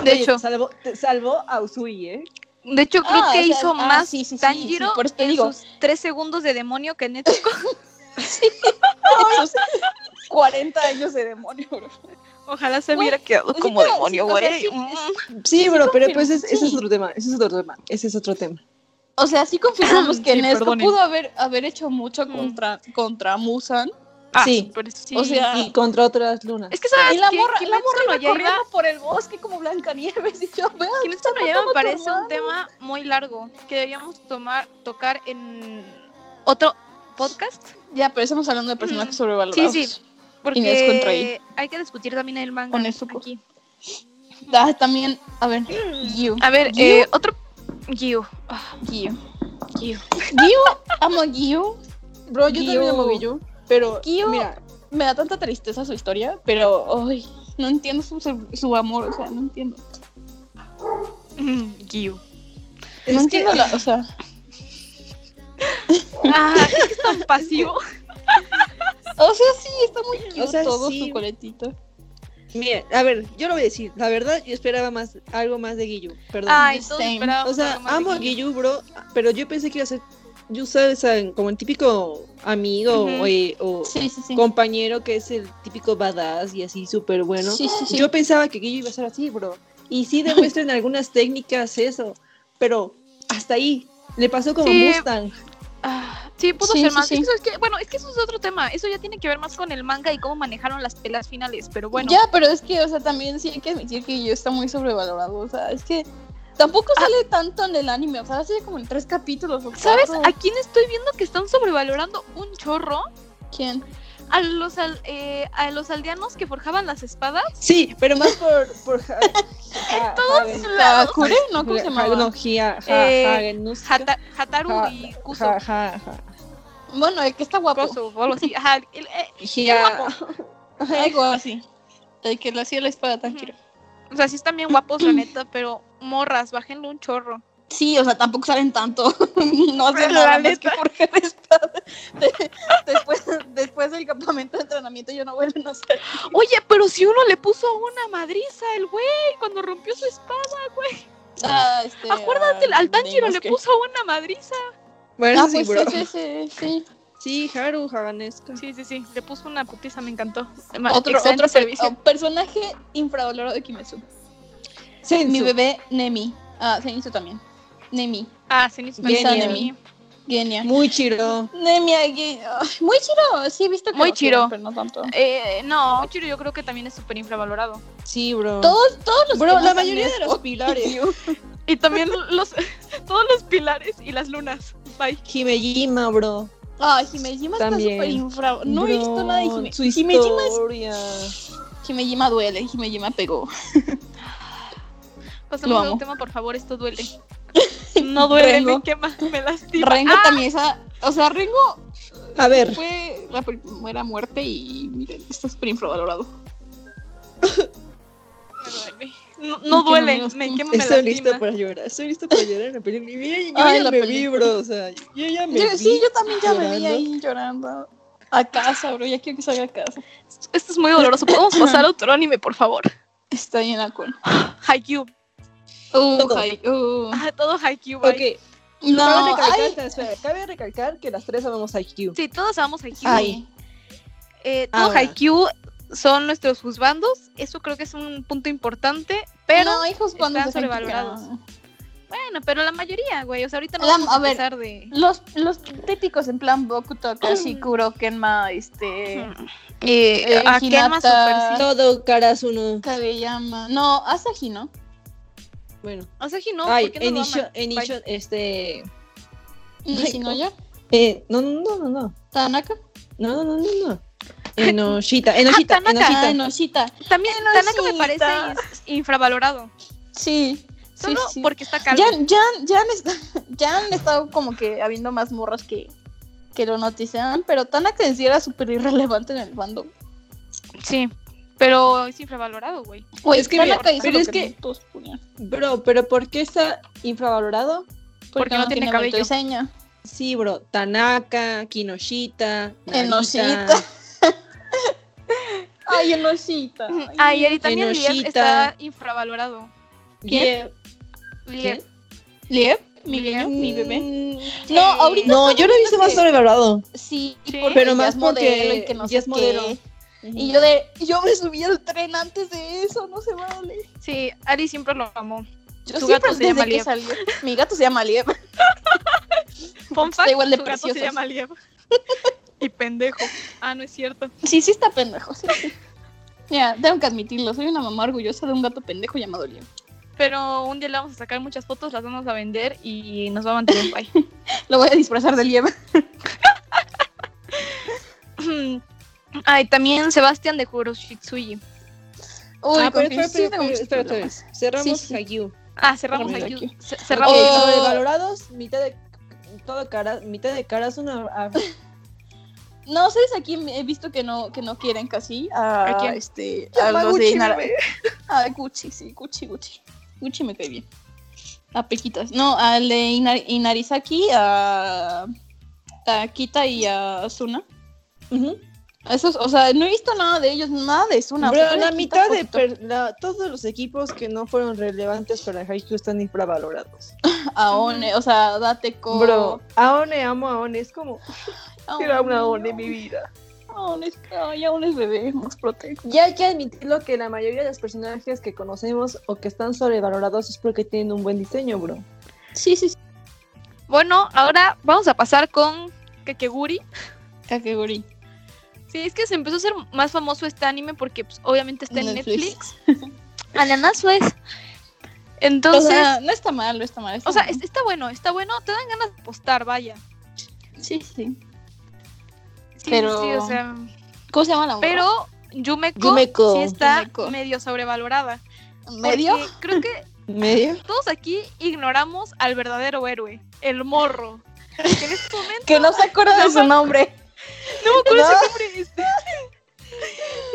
[SPEAKER 1] De hecho.
[SPEAKER 6] Salvo, te salvó a Usui, ¿eh?
[SPEAKER 1] De hecho, creo
[SPEAKER 3] Ah,
[SPEAKER 1] que
[SPEAKER 3] o sea,
[SPEAKER 1] hizo
[SPEAKER 3] ah,
[SPEAKER 1] más
[SPEAKER 3] sí, sí, sí,
[SPEAKER 1] Tanjiro
[SPEAKER 3] sí, por eso te
[SPEAKER 1] en
[SPEAKER 3] digo.
[SPEAKER 1] sus tres segundos de demonio que Netsuko.
[SPEAKER 3] Esos 40 años de demonio, bro.
[SPEAKER 1] Ojalá se
[SPEAKER 3] Güey,
[SPEAKER 1] hubiera quedado
[SPEAKER 3] sí,
[SPEAKER 1] Pues como
[SPEAKER 3] pero,
[SPEAKER 1] demonio,
[SPEAKER 3] sí, o sea,
[SPEAKER 1] güey.
[SPEAKER 3] sí,
[SPEAKER 1] Mm.
[SPEAKER 4] Sí, bro, pero
[SPEAKER 3] confirmo,
[SPEAKER 4] pues es- ese es
[SPEAKER 3] sí.
[SPEAKER 4] otro tema, ese es otro tema, ese es otro tema.
[SPEAKER 3] O sea, sí confirmamos que
[SPEAKER 1] Sí,
[SPEAKER 3] Nesco
[SPEAKER 1] perdonen.
[SPEAKER 3] pudo haber, haber hecho mucho
[SPEAKER 1] Mm.
[SPEAKER 3] contra, contra Musan.
[SPEAKER 1] Ah,
[SPEAKER 4] sí.
[SPEAKER 1] pero sí.
[SPEAKER 3] O sea,
[SPEAKER 4] Y contra otras lunas.
[SPEAKER 1] es que sabes
[SPEAKER 3] y la
[SPEAKER 1] qué?
[SPEAKER 3] morra, la
[SPEAKER 1] Kimetsu
[SPEAKER 3] morra
[SPEAKER 1] no
[SPEAKER 3] iba
[SPEAKER 1] Yaiba-
[SPEAKER 3] corriendo por el bosque como Blancanieves y yo, veo.
[SPEAKER 1] Kimetsu no Yaiba me
[SPEAKER 3] matando a tu
[SPEAKER 1] parece un
[SPEAKER 3] hermano.
[SPEAKER 1] tema muy largo que deberíamos tomar, tocar en otro podcast.
[SPEAKER 3] Ya, pero estamos hablando de personajes
[SPEAKER 1] Mm.
[SPEAKER 3] sobrevalorados.
[SPEAKER 1] Sí, sí.
[SPEAKER 3] Inés contra ahí.
[SPEAKER 1] Porque hay que discutir también el manga.
[SPEAKER 3] Con eso, pues.
[SPEAKER 1] aquí.
[SPEAKER 3] Ah, también, a ver,
[SPEAKER 1] Mm.
[SPEAKER 3] Gyu.
[SPEAKER 1] A ver,
[SPEAKER 3] Gyu.
[SPEAKER 1] eh, otro. Gyu. Ah,
[SPEAKER 3] Gyu.
[SPEAKER 1] Gyu.
[SPEAKER 3] Gyu, amo a Gyu.
[SPEAKER 4] Bro, yo también
[SPEAKER 3] Gyu.
[SPEAKER 4] amo Gyu, pero
[SPEAKER 3] Gyu.
[SPEAKER 4] mira,
[SPEAKER 3] Me da tanta tristeza su historia, pero ay, no entiendo su, su, su amor, o sea, no entiendo.
[SPEAKER 1] Mm, Gyu.
[SPEAKER 4] es
[SPEAKER 3] no
[SPEAKER 4] que
[SPEAKER 3] entiendo la, o sea,
[SPEAKER 1] Ah, es que es tan pasivo.
[SPEAKER 3] o sea, sí, está muy cute
[SPEAKER 4] sea,
[SPEAKER 3] todo
[SPEAKER 4] sí.
[SPEAKER 3] su coletito.
[SPEAKER 4] Mira, a ver, yo lo voy a decir. La verdad, yo esperaba más, algo más de Guillu. Perdón.
[SPEAKER 1] Ay, todos
[SPEAKER 3] Same.
[SPEAKER 1] esperábamos
[SPEAKER 4] o sea,
[SPEAKER 1] algo más de
[SPEAKER 4] amo a
[SPEAKER 1] Gyu.
[SPEAKER 4] Guillu, bro. Pero yo pensé que iba a ser, yo sabes, ¿saben? como el típico amigo
[SPEAKER 1] Ujú.
[SPEAKER 4] oye, o
[SPEAKER 3] Sí, sí, sí.
[SPEAKER 4] compañero que es el típico badass y así súper bueno.
[SPEAKER 3] Sí, sí, sí.
[SPEAKER 4] Yo pensaba que Guillu iba a ser así, bro. Y sí demuestran algunas técnicas eso. Pero hasta ahí. Le pasó como
[SPEAKER 1] Sí.
[SPEAKER 4] Mustang.
[SPEAKER 1] Ah, sí, pudo
[SPEAKER 3] Sí,
[SPEAKER 1] ser
[SPEAKER 3] sí,
[SPEAKER 1] más.
[SPEAKER 3] sí.
[SPEAKER 1] Eso es que- bueno, es que eso es otro tema. Eso ya tiene que ver más con el manga y cómo manejaron las pelas finales. Pero bueno,
[SPEAKER 3] Ya, pero es que, o sea, también sí hay que admitir que yo está muy sobrevalorado. O sea, es que tampoco sale tanto en el anime. O sea, sale como en tres capítulos. O
[SPEAKER 1] ¿sabes
[SPEAKER 3] cuatro.
[SPEAKER 1] a quién estoy viendo que están sobrevalorando un chorro?
[SPEAKER 3] quién?
[SPEAKER 1] A los, al- eh, a los aldeanos que forjaban las espadas.
[SPEAKER 4] Sí, pero más por. por Ja- Ja- Hagen.
[SPEAKER 3] ¿Kakure? ¿No? ¿Cómo se
[SPEAKER 4] Ja-
[SPEAKER 3] llamaba?
[SPEAKER 4] No, Ja- Ja-
[SPEAKER 1] Eh,
[SPEAKER 4] Hagen, no sé qué.
[SPEAKER 1] Hata- Hataru
[SPEAKER 4] Ja-
[SPEAKER 1] y Kuso.
[SPEAKER 4] Ja- Ja- Ja-
[SPEAKER 3] Bueno, el que está guapo.
[SPEAKER 1] Kuso, o algo así. Ajá, el- eh,
[SPEAKER 4] Ya,
[SPEAKER 3] Algo así. El que le hacía la espada tranquilo.
[SPEAKER 1] o sea, sí están bien guapos, la neta, pero morras, bájenle un chorro.
[SPEAKER 3] Sí, o sea, tampoco salen tanto. no hacen
[SPEAKER 1] La
[SPEAKER 3] nada más que
[SPEAKER 1] neta.
[SPEAKER 3] forjar espada. De- después, después del campamento de entrenamiento yo no vuelven a hacer.
[SPEAKER 1] Oye, pero si uno le puso una madriza el güey cuando rompió su espada.
[SPEAKER 3] Ah, este,
[SPEAKER 1] Acuérdate,
[SPEAKER 3] ah,
[SPEAKER 1] al Tanjiro le
[SPEAKER 3] Inosuke.
[SPEAKER 1] puso una madriza.
[SPEAKER 4] bueno,
[SPEAKER 3] Ah,
[SPEAKER 4] eso sí,
[SPEAKER 3] pues
[SPEAKER 4] bro.
[SPEAKER 3] sí, sí, sí, sí.
[SPEAKER 4] Sí, Haru Haganesca.
[SPEAKER 1] Sí, sí, sí. Le puso una putiza, me encantó.
[SPEAKER 3] Otro,
[SPEAKER 1] Ah, Excelente
[SPEAKER 3] otro per-
[SPEAKER 1] servicio.
[SPEAKER 3] oh, personaje infravalorado de Kimetsu.
[SPEAKER 4] Sensu.
[SPEAKER 3] Mi bebé Nemi. Ah, Zenitsu también. Nemi.
[SPEAKER 1] Ah, Zenitsu
[SPEAKER 4] Bien,
[SPEAKER 1] Mensa de
[SPEAKER 3] Nemi.
[SPEAKER 1] mí.
[SPEAKER 3] Genia.
[SPEAKER 4] Muy chido.
[SPEAKER 3] Nemi, ay, ay, muy chiro. Sí, he visto que
[SPEAKER 1] Muy
[SPEAKER 3] lo quieren,
[SPEAKER 1] chiro.
[SPEAKER 3] pero no tanto.
[SPEAKER 1] Eh, no, Chiro yo creo que también es súper infravalorado.
[SPEAKER 4] Sí, bro.
[SPEAKER 3] Todos, todos los que
[SPEAKER 4] Bro, la
[SPEAKER 3] usan
[SPEAKER 4] mayoría de
[SPEAKER 3] esto.
[SPEAKER 4] los pilares.
[SPEAKER 1] Y también los todos los pilares y las lunas. Bye.
[SPEAKER 4] Himejima, bro.
[SPEAKER 3] Ay, Himejima está
[SPEAKER 4] También.
[SPEAKER 3] súper infra. No he visto nada de Hime-
[SPEAKER 4] Su
[SPEAKER 3] Himejima. es-
[SPEAKER 4] historia.
[SPEAKER 3] Himejima duele, Himejima pegó. Lo
[SPEAKER 1] Pasemos a
[SPEAKER 3] amo.
[SPEAKER 1] un tema, por favor, esto duele. No duele,
[SPEAKER 3] Rengo.
[SPEAKER 1] me quema, me lastima.
[SPEAKER 3] Rengo también esa. O sea, Rengo
[SPEAKER 4] A ver,
[SPEAKER 3] fue la primera muerte y miren, está súper infravalorado.
[SPEAKER 1] Me duele. No, no
[SPEAKER 3] Me quema,
[SPEAKER 1] duele,
[SPEAKER 3] me lastima.
[SPEAKER 1] me quema, me
[SPEAKER 4] estoy
[SPEAKER 1] lastima.
[SPEAKER 4] lista para llorar. Estoy lista para llorar en la película. Y Mira, yo
[SPEAKER 3] Ay,
[SPEAKER 4] ya
[SPEAKER 3] la
[SPEAKER 4] me vi,
[SPEAKER 3] película.
[SPEAKER 4] bro. O sea, yo ya me
[SPEAKER 3] Yo-
[SPEAKER 4] vi.
[SPEAKER 3] sí, yo también ya me vi
[SPEAKER 4] llorando.
[SPEAKER 3] ahí llorando. A casa, bro, ya quiero que salga a casa.
[SPEAKER 1] Esto es muy doloroso. Podemos pasar a otro anime, por favor.
[SPEAKER 3] Estoy en acuerdo.
[SPEAKER 1] Haikyuu.
[SPEAKER 3] Uh,
[SPEAKER 4] Todo.
[SPEAKER 3] ay, uh.
[SPEAKER 1] Ah, todo Haikyuu. bye.
[SPEAKER 4] Ok, cabe,
[SPEAKER 3] No, ay,
[SPEAKER 4] recalcar, espera, cabe recalcar que las tres amamos a Q.
[SPEAKER 1] Sí, todos amamos Haikyuu.
[SPEAKER 4] Ay.
[SPEAKER 1] Eh,
[SPEAKER 3] Ah,
[SPEAKER 1] todo
[SPEAKER 4] Ahora.
[SPEAKER 1] Haikyuu son nuestros juzbandos. Eso creo que es un punto importante. Pero
[SPEAKER 3] no, hijos cuando
[SPEAKER 1] están
[SPEAKER 3] se sentí que
[SPEAKER 1] sobrevalorados.
[SPEAKER 3] no.
[SPEAKER 1] Bueno, pero la mayoría, güey. O sea, ahorita no
[SPEAKER 3] La-
[SPEAKER 1] vamos a,
[SPEAKER 3] a ver.
[SPEAKER 1] empezar de.
[SPEAKER 3] Los, los típicos en plan Boku, Takashi, Kuro, Kenma, este...
[SPEAKER 1] Eh,
[SPEAKER 3] Eh,
[SPEAKER 1] a Kenma
[SPEAKER 3] Hinata.
[SPEAKER 1] Super, sí.
[SPEAKER 4] Todo Karasuno.
[SPEAKER 3] Kabeyama... No, Asahi, ¿no?
[SPEAKER 4] Bueno.
[SPEAKER 1] O sea, Hino,
[SPEAKER 4] Ay,
[SPEAKER 1] ¿por qué no
[SPEAKER 4] en
[SPEAKER 1] lo
[SPEAKER 4] Isho,
[SPEAKER 1] aman?
[SPEAKER 4] en
[SPEAKER 1] Bye.
[SPEAKER 4] Isho, este.
[SPEAKER 3] Nishinoya,
[SPEAKER 4] Eh, no, no, no, no, no.
[SPEAKER 3] Tanaka,
[SPEAKER 4] No, no, no, no, no. Enoshita, Enoshita,
[SPEAKER 1] Ah, Tanaka.
[SPEAKER 3] ah,
[SPEAKER 4] Enoshita.
[SPEAKER 3] Enoshita.
[SPEAKER 1] También
[SPEAKER 3] Ay,
[SPEAKER 1] Tanaka me parece
[SPEAKER 3] Nojita.
[SPEAKER 1] is- infravalorado.
[SPEAKER 3] Sí, sí,
[SPEAKER 1] Solo
[SPEAKER 3] sí.
[SPEAKER 1] porque está calvo.
[SPEAKER 3] Ya, ya, ya, han, est- ya han estado como que habiendo más morras que, que lo noticiaban, pero Tanaka en sí era súper irrelevante en el bando.
[SPEAKER 1] Sí, pero es infravalorado, güey.
[SPEAKER 3] Güey,
[SPEAKER 5] Es que
[SPEAKER 3] Tanaka
[SPEAKER 1] mira,
[SPEAKER 3] hizo
[SPEAKER 5] pero
[SPEAKER 3] lo
[SPEAKER 5] es que-
[SPEAKER 3] todos ponían.
[SPEAKER 5] Bro, pero ¿por qué está infravalorado?
[SPEAKER 1] Porque no tiene cabello.
[SPEAKER 3] diseño.
[SPEAKER 5] Sí, bro. Tanaka, Kinoshita,
[SPEAKER 3] Enoshita.
[SPEAKER 5] Narita.
[SPEAKER 3] Ay, Enoshita.
[SPEAKER 1] Ay, y también
[SPEAKER 5] Enoshita.
[SPEAKER 1] Lier está infravalorado.
[SPEAKER 5] Yeah.
[SPEAKER 1] Lier.
[SPEAKER 3] ¿Liep? Mi
[SPEAKER 1] Liep.
[SPEAKER 3] niño, mi bebé.
[SPEAKER 5] Mm,
[SPEAKER 3] No, ahorita
[SPEAKER 5] No,
[SPEAKER 3] está
[SPEAKER 5] yo lo he
[SPEAKER 3] viendo
[SPEAKER 5] visto más
[SPEAKER 3] que-
[SPEAKER 5] sobrevalorado.
[SPEAKER 3] Sí,
[SPEAKER 1] Sí.
[SPEAKER 3] porque
[SPEAKER 5] Pero
[SPEAKER 3] ya
[SPEAKER 5] más
[SPEAKER 3] es modelo
[SPEAKER 5] porque
[SPEAKER 3] y que no
[SPEAKER 5] ya
[SPEAKER 3] sé
[SPEAKER 5] es modelo.
[SPEAKER 3] qué. Y yo de, yo me subí al tren antes de eso, no se vale.
[SPEAKER 1] Sí, Ari siempre lo amó.
[SPEAKER 3] Yo
[SPEAKER 1] Tu
[SPEAKER 3] siempre
[SPEAKER 1] gato se
[SPEAKER 3] desde
[SPEAKER 1] llama
[SPEAKER 3] que
[SPEAKER 1] Liep.
[SPEAKER 3] salió- Mi gato se llama Liep.
[SPEAKER 1] Fun
[SPEAKER 3] Está
[SPEAKER 1] fact,
[SPEAKER 3] igual de
[SPEAKER 1] su gato se
[SPEAKER 3] preciosos.
[SPEAKER 1] llama Lier. y pendejo. Ah, no es cierto.
[SPEAKER 3] Sí, sí está pendejo, sí, sí. Mira, tengo que admitirlo, soy una mamá orgullosa de un gato pendejo llamado Liep.
[SPEAKER 1] Pero un día le vamos a sacar muchas fotos, las vamos a vender y nos va a mantener en paz.
[SPEAKER 3] Lo voy a disfrazar de Liep.
[SPEAKER 1] Ay, también Sebastián de Kuroshitsuji.
[SPEAKER 3] Uy,
[SPEAKER 5] ah, pero
[SPEAKER 3] con
[SPEAKER 5] espera,
[SPEAKER 3] que sí
[SPEAKER 5] espera,
[SPEAKER 3] tengo
[SPEAKER 5] espera, espera,
[SPEAKER 3] muchos
[SPEAKER 5] espera. Cerramos
[SPEAKER 3] Sí, sí.
[SPEAKER 5] Haikyuu.
[SPEAKER 1] Ah, cerramos
[SPEAKER 3] Cerramos
[SPEAKER 1] aquí.
[SPEAKER 3] aquí.
[SPEAKER 1] Ce- Cerramos.
[SPEAKER 5] Ok,
[SPEAKER 3] Oh.
[SPEAKER 5] Sobrevalorados, mitad de todo cara, mitad de cara es una ah,
[SPEAKER 3] No, ¿sabes a quién he visto que no, que no quieren casi? A,
[SPEAKER 1] ¿A quién?
[SPEAKER 3] Este, a los de Inara. A Gucci, sí, Gucci, Gucci. Gucci me cae bien. A Pequitas. No, al de Ina- Inarizaki, a Takita y a Suna.
[SPEAKER 5] ujú.
[SPEAKER 3] A Esos, o sea, no he visto nada de ellos, nada de Suna.
[SPEAKER 5] Pero
[SPEAKER 3] O sea,
[SPEAKER 5] la
[SPEAKER 3] Takita
[SPEAKER 5] mitad de
[SPEAKER 3] poquito.
[SPEAKER 5] per- la- todos los equipos que no fueron relevantes para Haikyuu están infravalorados.
[SPEAKER 3] Aone, o sea, Dateco.
[SPEAKER 5] Bro, Aone, amo a Aone, es como
[SPEAKER 3] Aone,
[SPEAKER 5] era una Aone en mi vida.
[SPEAKER 3] Aone es- ay, Aone es bebé, nos protege.
[SPEAKER 5] Y hay que admitirlo que la mayoría de los personajes que conocemos o que están sobrevalorados es porque tienen un buen diseño, bro.
[SPEAKER 3] Sí, sí, sí.
[SPEAKER 1] Bueno, ahora vamos a pasar con Kakeguri.
[SPEAKER 3] Kakegori.
[SPEAKER 1] Sí, es que se empezó a hacer más famoso este anime porque pues, obviamente está en Netflix.
[SPEAKER 3] Netflix.
[SPEAKER 1] Ananazo es.
[SPEAKER 3] O
[SPEAKER 1] Entonces,
[SPEAKER 3] sea, no está mal, no está mal. está mal.
[SPEAKER 1] es- está bueno, está bueno. Te dan ganas de apostar, vaya.
[SPEAKER 3] sí, sí.
[SPEAKER 1] Sí,
[SPEAKER 3] Pero-
[SPEAKER 1] sí, o sea.
[SPEAKER 3] ¿Cómo se llama la morra?
[SPEAKER 1] Pero Yumeko,
[SPEAKER 5] Yumeko.
[SPEAKER 1] sí está
[SPEAKER 3] Yumeko.
[SPEAKER 1] medio sobrevalorada.
[SPEAKER 3] medio.
[SPEAKER 1] Porque creo que
[SPEAKER 5] ¿Medio?
[SPEAKER 1] todos aquí ignoramos al verdadero héroe, el morro. Que en este momento
[SPEAKER 3] Que no se acuerda de su nombre.
[SPEAKER 1] no me acuerdo
[SPEAKER 3] No.
[SPEAKER 1] su nombre. Este,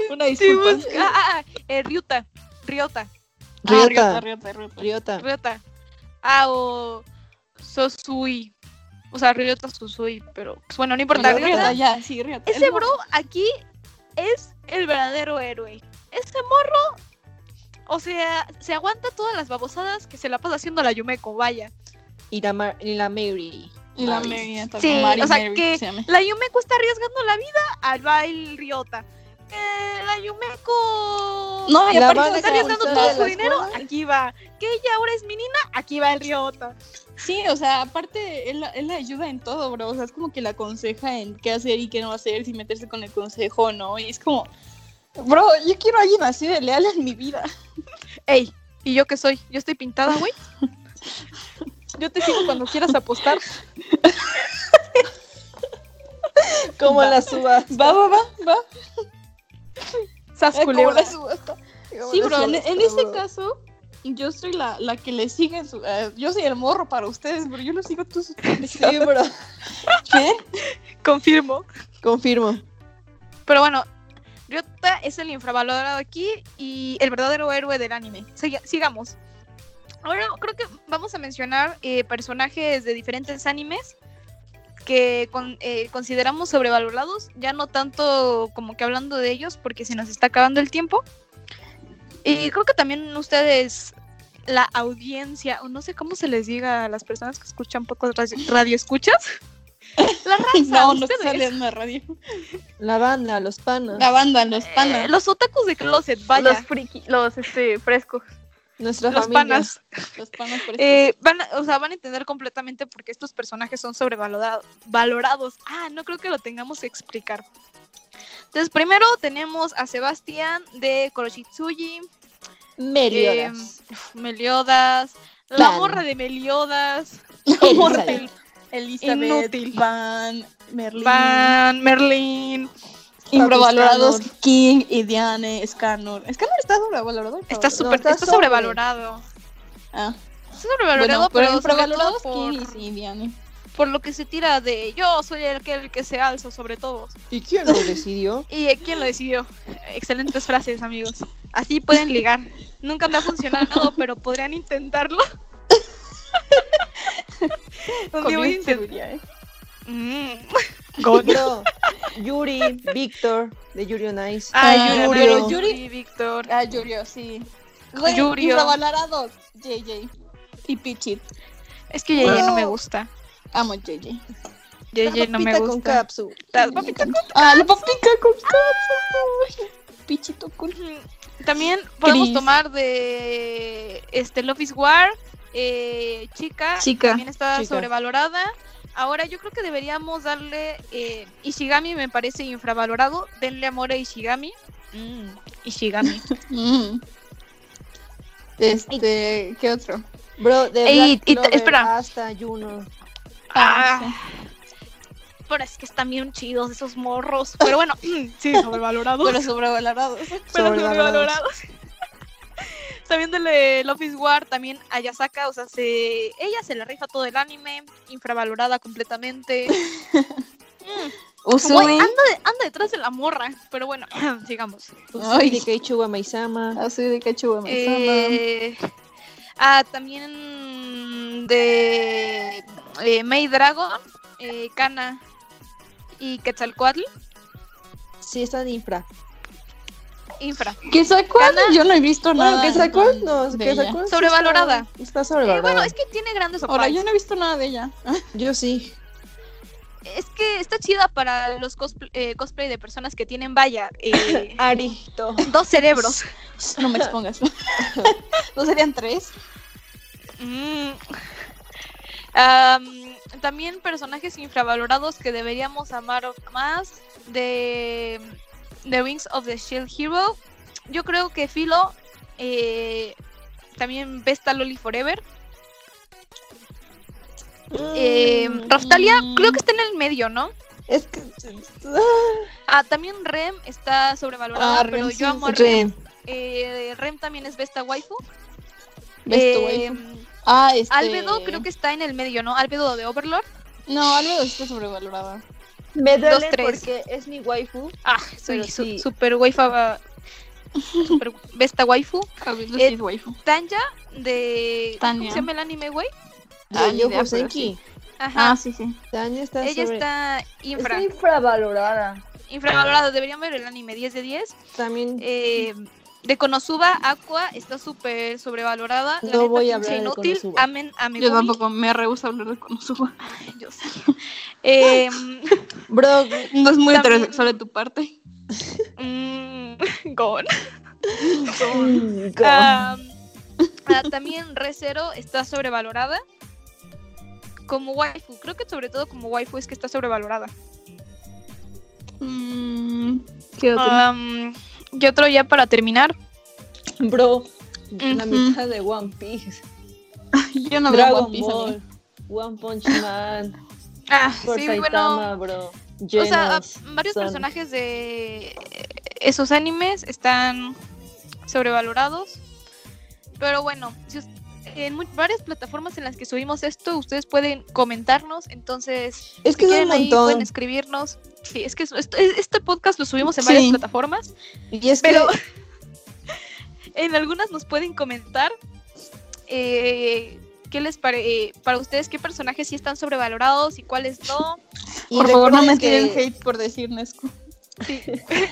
[SPEAKER 3] Una
[SPEAKER 1] sí,
[SPEAKER 3] disculpa.
[SPEAKER 1] busca- ah, ah, ah, eh, Ryuta. Ryota.
[SPEAKER 3] Ah,
[SPEAKER 5] Ryota.
[SPEAKER 3] Ryota, Ryota.
[SPEAKER 5] Ryota.
[SPEAKER 1] Ryota. Ah, o Sosui. O sea, Ryota Sosui, pero pues, bueno, no importa.
[SPEAKER 3] Bueno,
[SPEAKER 1] Ryota.
[SPEAKER 3] Ryota, ya, sí, Ryota.
[SPEAKER 1] Ese
[SPEAKER 3] El
[SPEAKER 1] bro aquí es el verdadero héroe. Ese morro, o sea, se aguanta todas las babosadas que se la pasa haciendo la Yumeko, vaya.
[SPEAKER 5] Y la, Mar- y la Mary.
[SPEAKER 3] Y la
[SPEAKER 5] Mary.
[SPEAKER 3] Mary,
[SPEAKER 1] Sí,
[SPEAKER 3] también. Mary,
[SPEAKER 1] o sea,
[SPEAKER 3] Mary,
[SPEAKER 1] que-
[SPEAKER 3] se llama.
[SPEAKER 1] La Yumeko está arriesgando la vida al baile Ryota. Eh, la Yumeko
[SPEAKER 3] No, y
[SPEAKER 5] La
[SPEAKER 3] aparte
[SPEAKER 5] van a
[SPEAKER 3] se
[SPEAKER 1] está
[SPEAKER 3] está
[SPEAKER 5] expulsar
[SPEAKER 1] arriesgando
[SPEAKER 3] gastando
[SPEAKER 1] todo
[SPEAKER 5] de
[SPEAKER 1] su
[SPEAKER 5] la
[SPEAKER 1] dinero,
[SPEAKER 5] escuela.
[SPEAKER 1] aquí va. Que ella ahora es mi nina, aquí va el Ryota.
[SPEAKER 3] Sí, o sea, aparte, él, él la ayuda en todo, bro. O sea, es como que la aconseja en qué hacer y qué no hacer, si meterse con el consejo o no. Y es como, bro, yo quiero a alguien así de leal en mi vida.
[SPEAKER 1] Ey, ¿y yo qué soy? Yo estoy pintada, güey. Yo te sigo cuando quieras apostar.
[SPEAKER 5] Como
[SPEAKER 3] Va.
[SPEAKER 5] la subas.
[SPEAKER 3] Va, va, va, va.
[SPEAKER 1] Sas
[SPEAKER 3] Ay, como
[SPEAKER 1] culebra.
[SPEAKER 3] la subasta. Sí, bro, en, en ese caso, yo soy la, la que le sigue. en su- eh, yo soy el morro para ustedes, pero yo no sigo tus.
[SPEAKER 5] Sí, bro.
[SPEAKER 3] ¿Qué?
[SPEAKER 1] Confirmo.
[SPEAKER 5] Confirmo.
[SPEAKER 1] Pero bueno, Ryota es el infravalorado aquí y el verdadero héroe del anime. Siga- sigamos. Ahora creo que vamos a mencionar eh, personajes de diferentes animes que con- eh, consideramos sobrevalorados, ya no tanto como que hablando de ellos porque se nos está acabando el tiempo. Y creo que también ustedes, la audiencia, o no sé cómo se les diga a las personas que escuchan pocos radio, escuchas. La raza,
[SPEAKER 3] No, no
[SPEAKER 1] ustedes.
[SPEAKER 3] sale en la radio.
[SPEAKER 5] La banda, los panas.
[SPEAKER 3] La banda, los
[SPEAKER 1] Eh,
[SPEAKER 3] panas.
[SPEAKER 1] los otakus de closet, vaya.
[SPEAKER 4] Los friki, los este, frescos.
[SPEAKER 5] Nuestra
[SPEAKER 1] los
[SPEAKER 5] familia.
[SPEAKER 1] panas
[SPEAKER 3] Los panas por
[SPEAKER 1] eh, van, a- o sea, van a entender completamente por qué estos personajes son sobrevalorados. Valorados. Ah, no creo que lo tengamos que explicar. Entonces, primero tenemos a Sebastián de Kuroshitsuji,
[SPEAKER 5] Meliodas.
[SPEAKER 1] uf, Meliodas, la
[SPEAKER 5] Van.
[SPEAKER 1] morra de Meliodas,
[SPEAKER 5] Elizabeth.
[SPEAKER 1] Mortel,
[SPEAKER 3] Elizabeth,
[SPEAKER 1] Inútil.
[SPEAKER 3] Van, Merlin,
[SPEAKER 1] Van, Merlin.
[SPEAKER 3] infravalorados, King y Diane, Scanor. Scanor está sobrevalorado.
[SPEAKER 1] Está
[SPEAKER 5] No,
[SPEAKER 1] súper,
[SPEAKER 5] está
[SPEAKER 1] está
[SPEAKER 5] sobre.
[SPEAKER 1] sobrevalorado.
[SPEAKER 3] Ah,
[SPEAKER 1] Está sobrevalorado,
[SPEAKER 3] bueno, pero
[SPEAKER 1] sobre todo
[SPEAKER 3] infravalorados
[SPEAKER 1] por-
[SPEAKER 3] King y Diane.
[SPEAKER 1] por lo que se tira de yo soy el que, el que se alza sobre todos.
[SPEAKER 5] ¿Y quién lo decidió?
[SPEAKER 1] ¿Y eh, quién lo decidió? Excelentes frases, amigos. Así pueden ligar. Nunca me ha funcionado, pero podrían intentarlo. Un día voy a
[SPEAKER 3] Comienza
[SPEAKER 1] intentar.
[SPEAKER 3] Yuria, ¿eh?
[SPEAKER 1] Mm.
[SPEAKER 5] Gondo, Yuri, Víctor, de Yuri on Ice.
[SPEAKER 1] Ay,
[SPEAKER 3] Ah,
[SPEAKER 1] Yuri,
[SPEAKER 3] Yuri.
[SPEAKER 1] Yuri, Víctor.
[SPEAKER 3] Ah, Yurio, sí. Güey,
[SPEAKER 1] Yurio.
[SPEAKER 3] Y Rabalorado, JJ. Y Pichit.
[SPEAKER 1] Es que Yeye no me
[SPEAKER 3] Oh.
[SPEAKER 1] gusta.
[SPEAKER 3] Amo JJ.
[SPEAKER 1] Yeye no me
[SPEAKER 5] Papita con
[SPEAKER 1] gusta.
[SPEAKER 5] capsu.
[SPEAKER 1] Las papitas
[SPEAKER 3] Ah, la papica con
[SPEAKER 1] Ah.
[SPEAKER 3] cosas. Pichito con.
[SPEAKER 1] Mm, También podemos
[SPEAKER 3] Gris.
[SPEAKER 1] tomar de este Love is War, eh, chica,
[SPEAKER 3] Chica.
[SPEAKER 1] también está
[SPEAKER 5] Chica.
[SPEAKER 1] sobrevalorada. Ahora yo creo que deberíamos darle eh, Ishigami me parece infravalorado, denle amor a Ishigami. Mm, Ishigami.
[SPEAKER 3] Mm. Este, ¿qué otro?
[SPEAKER 5] Bro, de
[SPEAKER 1] Ey,
[SPEAKER 5] Black
[SPEAKER 1] y-
[SPEAKER 5] Clover
[SPEAKER 1] espera.
[SPEAKER 5] hasta Juno.
[SPEAKER 1] Ah, pero es que están bien chidos esos morros. Pero bueno, sí, sobrevalorados.
[SPEAKER 3] Pero sobrevalorados.
[SPEAKER 1] pero
[SPEAKER 5] Sobrevalorados.
[SPEAKER 1] sobrevalorados. también del Office War, también Ayasaka, o sea, se, ella se le rifa todo el anime, infravalorada completamente. Mm, güey,
[SPEAKER 3] Usui.
[SPEAKER 1] anda, de- anda detrás de la morra, pero bueno, sigamos.
[SPEAKER 3] Ay.
[SPEAKER 5] Ay, de Keichuwa Maizama.
[SPEAKER 3] Usui de Kachuba
[SPEAKER 1] Eh, ah, también de eh, May Dragon, eh, Kana y Quetzalcoatl,
[SPEAKER 5] Sí, está en infra. Ah,
[SPEAKER 1] infra.
[SPEAKER 3] ¿Qué sacó?
[SPEAKER 1] Gana.
[SPEAKER 3] Yo no he visto
[SPEAKER 5] Bueno,
[SPEAKER 3] nada.
[SPEAKER 5] que sacó, no,
[SPEAKER 3] de
[SPEAKER 5] que
[SPEAKER 3] ella.
[SPEAKER 5] sacó. sí
[SPEAKER 1] Sobrevalorada.
[SPEAKER 5] Está, está
[SPEAKER 1] Eh,
[SPEAKER 5] sobrevalorada.
[SPEAKER 1] bueno, es que tiene grandes
[SPEAKER 3] Ahora,
[SPEAKER 1] opais.
[SPEAKER 3] yo no he visto nada de ella.
[SPEAKER 5] Yo sí.
[SPEAKER 1] Es que está chida para los cosplay, eh, cosplay de personas que tienen, vaya, eh,
[SPEAKER 5] Arito.
[SPEAKER 1] dos cerebros.
[SPEAKER 3] No me expongas. ¿No serían tres?
[SPEAKER 1] Mm. Am, también personajes infravalorados que deberíamos amar más de The Wings of the Shield Hero. Yo creo que Philo, eh, también Vesta Loli Forever. Eh, Raftalia
[SPEAKER 3] Mm.
[SPEAKER 1] creo que está en el medio, ¿no?
[SPEAKER 5] Es que.
[SPEAKER 1] Ah, también Rem está sobrevalorada,
[SPEAKER 3] Ah,
[SPEAKER 1] pero
[SPEAKER 3] Rem, sí,
[SPEAKER 1] yo amo a Rem.
[SPEAKER 5] Re.
[SPEAKER 1] Eh, Rem también es Vesta Waifu.
[SPEAKER 3] ¿Ves tú,
[SPEAKER 1] Eh,
[SPEAKER 3] güey? Ah, este...
[SPEAKER 1] Albedo creo que está en el medio, ¿no? Albedo de Overlord.
[SPEAKER 3] No, Albedo está sobrevalorada.
[SPEAKER 4] Me duele
[SPEAKER 1] Dos, tres.
[SPEAKER 4] porque es mi waifu.
[SPEAKER 1] Ah,
[SPEAKER 4] Pero
[SPEAKER 1] soy su-
[SPEAKER 4] sí.
[SPEAKER 1] super waifu. super besta waifu.
[SPEAKER 3] Albedo
[SPEAKER 1] Eh,
[SPEAKER 3] sí es waifu.
[SPEAKER 1] Tanja de. ¿Cómo
[SPEAKER 3] Tanya.
[SPEAKER 1] se llama el anime, güey?
[SPEAKER 3] Ah,
[SPEAKER 5] De
[SPEAKER 3] ni
[SPEAKER 5] Yo
[SPEAKER 3] idea, pero
[SPEAKER 5] Senki.
[SPEAKER 1] Ajá.
[SPEAKER 3] Ah, sí, sí.
[SPEAKER 5] Tania está
[SPEAKER 1] Ella
[SPEAKER 5] sobre-
[SPEAKER 1] está infra,
[SPEAKER 4] Está infravalorada.
[SPEAKER 1] infravalorada. Deberían ver el anime 10 de 10.
[SPEAKER 5] También.
[SPEAKER 1] Eh, de Konosuba, Aqua está súper sobrevalorada. La
[SPEAKER 5] No
[SPEAKER 1] neta,
[SPEAKER 5] voy a hablar
[SPEAKER 1] pinche
[SPEAKER 5] de
[SPEAKER 1] inútil.
[SPEAKER 5] Konosuba.
[SPEAKER 1] Amen a Megumi.
[SPEAKER 3] Yo tampoco me rehúso a hablar de Konosuba.
[SPEAKER 1] Ay, yo sé. Eh,
[SPEAKER 5] Bro,
[SPEAKER 3] No es muy
[SPEAKER 1] También-
[SPEAKER 3] heterosexual de tu parte.
[SPEAKER 1] mm, Gon.
[SPEAKER 4] Mm,
[SPEAKER 5] go.
[SPEAKER 1] Ah, ah, también Recero está sobrevalorada. Como waifu, creo que sobre todo como waifu es que está sobrevalorada.
[SPEAKER 3] Mm, ¿Qué otro?
[SPEAKER 1] Am, y otro ya para terminar.
[SPEAKER 5] Bro, la
[SPEAKER 1] Ujú.
[SPEAKER 5] mitad de One Piece.
[SPEAKER 3] Yo no veo
[SPEAKER 5] Dragon
[SPEAKER 3] One Piece. amigo.
[SPEAKER 5] Ball. One Punch Man.
[SPEAKER 1] Ah,
[SPEAKER 5] Por
[SPEAKER 1] sí, bueno.
[SPEAKER 5] Saitama, bro.
[SPEAKER 1] O sea,
[SPEAKER 5] Genos,
[SPEAKER 1] ah, varios
[SPEAKER 5] Son-
[SPEAKER 1] personajes de eh, esos animes están sobrevalorados. Pero bueno, si us- en mu- varias plataformas en las que subimos esto, ustedes pueden comentarnos. Entonces,
[SPEAKER 5] Es que es
[SPEAKER 1] si
[SPEAKER 5] un
[SPEAKER 1] quieren ahí pueden
[SPEAKER 5] montón.
[SPEAKER 1] escribirnos. Sí, es que es- esto- es- este podcast lo subimos en varias
[SPEAKER 3] Sí.
[SPEAKER 1] plataformas,
[SPEAKER 5] Y es
[SPEAKER 1] pero
[SPEAKER 5] que
[SPEAKER 1] en algunas nos pueden comentar eh, qué les parece para ustedes qué personajes sí están sobrevalorados y cuáles no,
[SPEAKER 5] y
[SPEAKER 3] Por favor, no me
[SPEAKER 5] recuerden
[SPEAKER 3] tiren
[SPEAKER 5] que-
[SPEAKER 3] hate por decir Nesco.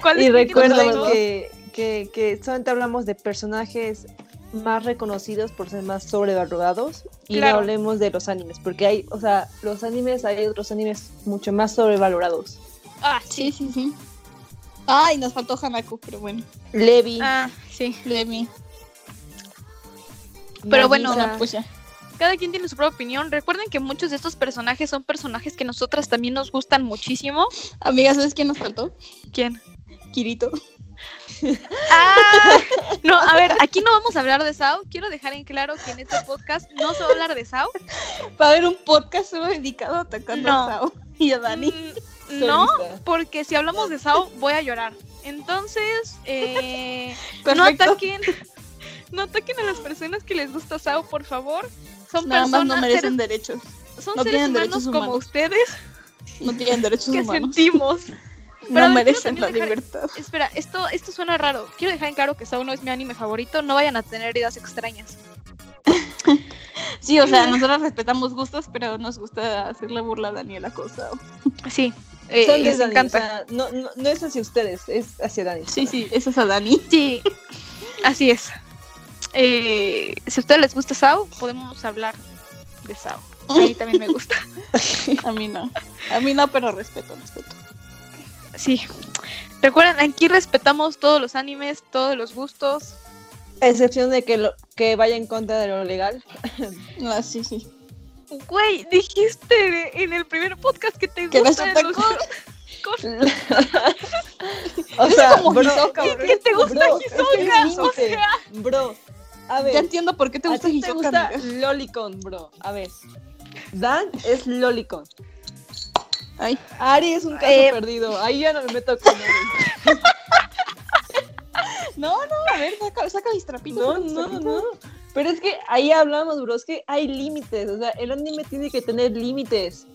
[SPEAKER 1] cuáles
[SPEAKER 5] Y
[SPEAKER 1] creen que no
[SPEAKER 5] recuerden
[SPEAKER 1] son, ¿no?
[SPEAKER 5] que, que, que solamente hablamos de personajes más reconocidos por ser más sobrevalorados y
[SPEAKER 1] Claro.
[SPEAKER 5] no hablemos de los animes, porque hay, o sea, los animes, hay otros animes mucho más sobrevalorados.
[SPEAKER 1] Ah,
[SPEAKER 3] Sí, sí, sí. Ay, nos faltó Hanako, pero bueno.
[SPEAKER 5] Levi,
[SPEAKER 1] ah, sí.
[SPEAKER 3] Levi.
[SPEAKER 1] pero bueno,
[SPEAKER 5] Nagisa,
[SPEAKER 3] Una puya.
[SPEAKER 1] Cada quien tiene su propia opinión. Recuerden que muchos de estos personajes son personajes que nosotras también nos gustan muchísimo.
[SPEAKER 3] Amiga, ¿sabes quién nos faltó?
[SPEAKER 1] ¿Quién?
[SPEAKER 3] Kirito.
[SPEAKER 1] ¡Ah! No, a ver, aquí no vamos a hablar de Sao. Quiero dejar en claro que en este podcast no se va a hablar de Sao.
[SPEAKER 3] Va a haber un podcast solo dedicado a atacando
[SPEAKER 1] No.
[SPEAKER 3] a Sao y a Dani.
[SPEAKER 1] Mm, No,
[SPEAKER 5] solista.
[SPEAKER 1] porque si hablamos de Sao voy a llorar. Entonces, eh, no
[SPEAKER 3] Perfecto.
[SPEAKER 1] ataquen, no ataquen a las personas que les gusta Sao, por favor. Son
[SPEAKER 3] Nada más
[SPEAKER 1] personas,
[SPEAKER 3] no
[SPEAKER 1] seres-
[SPEAKER 3] merecen derechos.
[SPEAKER 1] son
[SPEAKER 3] No
[SPEAKER 1] seres
[SPEAKER 3] tienen
[SPEAKER 1] humanos,
[SPEAKER 3] derechos
[SPEAKER 1] como
[SPEAKER 3] humanos.
[SPEAKER 1] ustedes
[SPEAKER 3] No tienen derechos
[SPEAKER 1] que
[SPEAKER 3] humanos.
[SPEAKER 1] sentimos. Pero a
[SPEAKER 3] No
[SPEAKER 1] ver, quiero
[SPEAKER 3] merecen la
[SPEAKER 1] también dejar-
[SPEAKER 3] libertad.
[SPEAKER 1] Espera, esto, esto suena raro. Quiero dejar en claro que Sao no es mi anime favorito. No vayan a tener ideas extrañas.
[SPEAKER 3] Sí, o sea, nosotros respetamos gustos, pero nos gusta hacerle burla a Daniela Cosa.
[SPEAKER 1] Sí, eh,
[SPEAKER 4] Son de
[SPEAKER 1] les
[SPEAKER 4] Dani,
[SPEAKER 1] encanta.
[SPEAKER 4] o sea, no, no, no es hacia ustedes, es hacia Dani.
[SPEAKER 3] Sí, sí, eso es a Dani.
[SPEAKER 1] Sí, así es. Eh, si a ustedes les gusta Sao, podemos hablar de Sao. A mí también me gusta.
[SPEAKER 3] A mí no. A mí no, pero respeto, respeto.
[SPEAKER 1] Sí. Recuerden, aquí respetamos todos los animes, todos los gustos.
[SPEAKER 4] A excepción de que, lo, que vaya en contra de lo legal.
[SPEAKER 3] No, Ah, sí, sí.
[SPEAKER 1] Güey, dijiste en el primer podcast que te
[SPEAKER 3] Que no
[SPEAKER 1] gustan
[SPEAKER 3] es
[SPEAKER 1] los
[SPEAKER 3] otaku.
[SPEAKER 1] cosas.
[SPEAKER 4] O
[SPEAKER 3] Es
[SPEAKER 4] sea,
[SPEAKER 3] como
[SPEAKER 4] bro,
[SPEAKER 3] Hisoka,
[SPEAKER 4] es
[SPEAKER 3] bro.
[SPEAKER 1] que te gusta
[SPEAKER 4] bro, es que
[SPEAKER 1] Hisoka,
[SPEAKER 4] es
[SPEAKER 1] o
[SPEAKER 4] límite, Bro, a ver.
[SPEAKER 3] Ya entiendo por qué Pues, te gusta
[SPEAKER 4] ¿A ti te
[SPEAKER 3] Hisoka,
[SPEAKER 4] gusta
[SPEAKER 3] amiga.
[SPEAKER 4] Lolicon, bro? A ver. Dan es Lolicon.
[SPEAKER 3] Ay,
[SPEAKER 4] Ari es un caso
[SPEAKER 1] Eh,
[SPEAKER 4] perdido. Ahí ya no me meto con Ari.
[SPEAKER 3] no, no, a ver, saca, saca mis trapitos.
[SPEAKER 4] No,
[SPEAKER 3] saca mis
[SPEAKER 4] no,
[SPEAKER 3] trapitos.
[SPEAKER 4] no. Pero es que ahí hablamos, bro. Es que hay límites. O sea, el anime tiene que tener límites.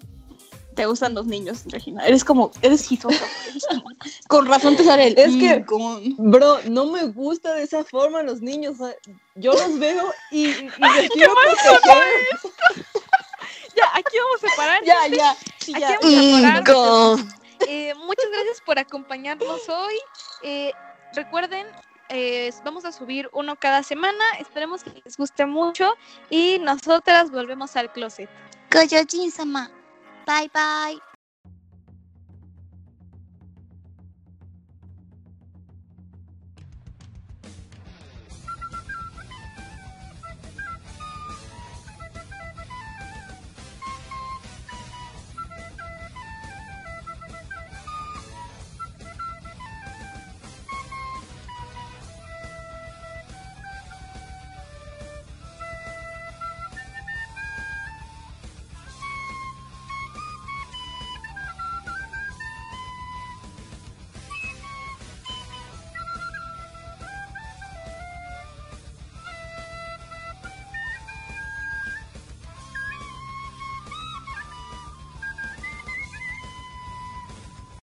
[SPEAKER 3] Te gustan los niños, Regina. Eres como, eres Hisoka. eres como- Con razón te sale el.
[SPEAKER 4] Es que-
[SPEAKER 3] mm, con-
[SPEAKER 4] Bro, no me gusta de esa forma los niños. o sea, yo los veo y, y, y los quiero proteger.
[SPEAKER 1] Ya, aquí vamos a parar.
[SPEAKER 3] Ya, ya. Sí,
[SPEAKER 1] Aquí
[SPEAKER 3] ya. Mm,
[SPEAKER 1] vamos a parar.
[SPEAKER 4] Con-
[SPEAKER 1] Eh, muchas gracias por acompañarnos hoy. Eh, recuerden, eh, vamos a subir uno cada semana. Esperemos que les guste mucho. Y nosotras volvemos al closet.
[SPEAKER 7] Goyojin-sama. Bye bye.